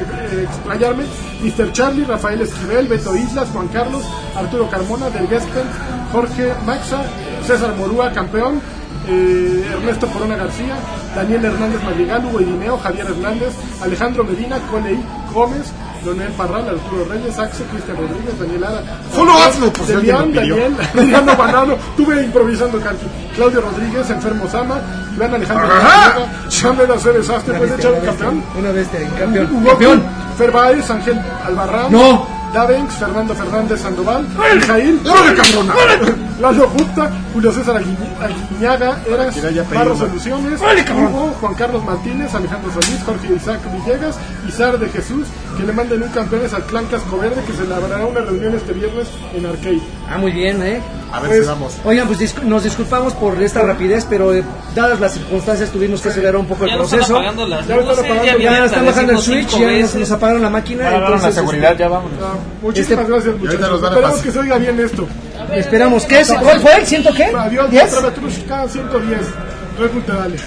[SPEAKER 1] ex- eh, explayarme. Mr. Charlie, Rafael Esquivel, Beto Islas, Juan Carlos, Arturo Carmona, Del Gespen, Jorge Maxa, César Morúa, campeón, eh, Ernesto Corona García, Daniel Hernández Madrigal, Hugo Irineo, Javier Hernández, Alejandro Medina, Conei Gómez, Leonel Parral, Arturo Reyes, Axel, Cristian Rodríguez, Daniel Ada.
[SPEAKER 2] Solo hazlo, pues,
[SPEAKER 1] De
[SPEAKER 2] alguien lo
[SPEAKER 1] León,
[SPEAKER 2] pidió.
[SPEAKER 1] Daniel, Mariano Banano, tuve improvisando Carqui. Claudio Rodríguez, Enfermo Sama, Iván Alejandro Villanueva, Samuel Acé Desastre, puedes echar el campeón.
[SPEAKER 4] Una vez te campeón.
[SPEAKER 1] Hugo
[SPEAKER 4] Campeón.
[SPEAKER 1] Fer Baez, Ángel Albarrán,
[SPEAKER 4] No.
[SPEAKER 1] Davenx, Fernando Fernández Sandoval, Jail,
[SPEAKER 2] ¡Órale, cabrona!
[SPEAKER 1] Lalo Jupta, Julio César Agui- Aguiñaga, Eras,
[SPEAKER 2] Mira, ya pedí
[SPEAKER 1] Barro
[SPEAKER 2] una.
[SPEAKER 1] Soluciones,
[SPEAKER 2] ¡Órale, cabrón!
[SPEAKER 1] Hugo, Juan Carlos Martínez, Alejandro Solís, Jorge Isaac Villegas, Izar de Jesús, que le manden un campeones al clan Casco Verde que se labrará una reunión este viernes en Arcade.
[SPEAKER 4] Ah, muy bien, ¿eh?
[SPEAKER 2] A ver si
[SPEAKER 1] Pues,
[SPEAKER 2] vamos.
[SPEAKER 4] Oigan, pues discu- nos disculpamos por esta rapidez, pero eh, dadas las circunstancias tuvimos que acelerar un poco el
[SPEAKER 3] Ya nos están
[SPEAKER 4] proceso.
[SPEAKER 3] apagando las
[SPEAKER 1] Ya me están
[SPEAKER 3] luces,
[SPEAKER 1] apagando,
[SPEAKER 3] ya
[SPEAKER 1] ya
[SPEAKER 4] Ya
[SPEAKER 3] vienen,
[SPEAKER 4] están
[SPEAKER 3] la
[SPEAKER 4] bajando el
[SPEAKER 3] decimos
[SPEAKER 4] switch,
[SPEAKER 3] cinco
[SPEAKER 4] ya nos, nos
[SPEAKER 3] veces.
[SPEAKER 4] apagaron la máquina.
[SPEAKER 7] Ya daron la
[SPEAKER 4] entonces,
[SPEAKER 7] seguridad,
[SPEAKER 4] este,
[SPEAKER 7] ya vámonos.
[SPEAKER 1] Muchísimas
[SPEAKER 4] Este-
[SPEAKER 1] gracias,
[SPEAKER 2] ahorita
[SPEAKER 1] muchachos.
[SPEAKER 2] nos van a
[SPEAKER 1] Esperemos
[SPEAKER 2] pasar.
[SPEAKER 1] que se oiga bien esto.
[SPEAKER 4] Esperamos, ¿qué es? ¿Cuál fue? ¿El ciento qué?
[SPEAKER 1] Adiós,
[SPEAKER 4] ¿Diez?
[SPEAKER 1] Travetrushka 110. Red Bull te dale.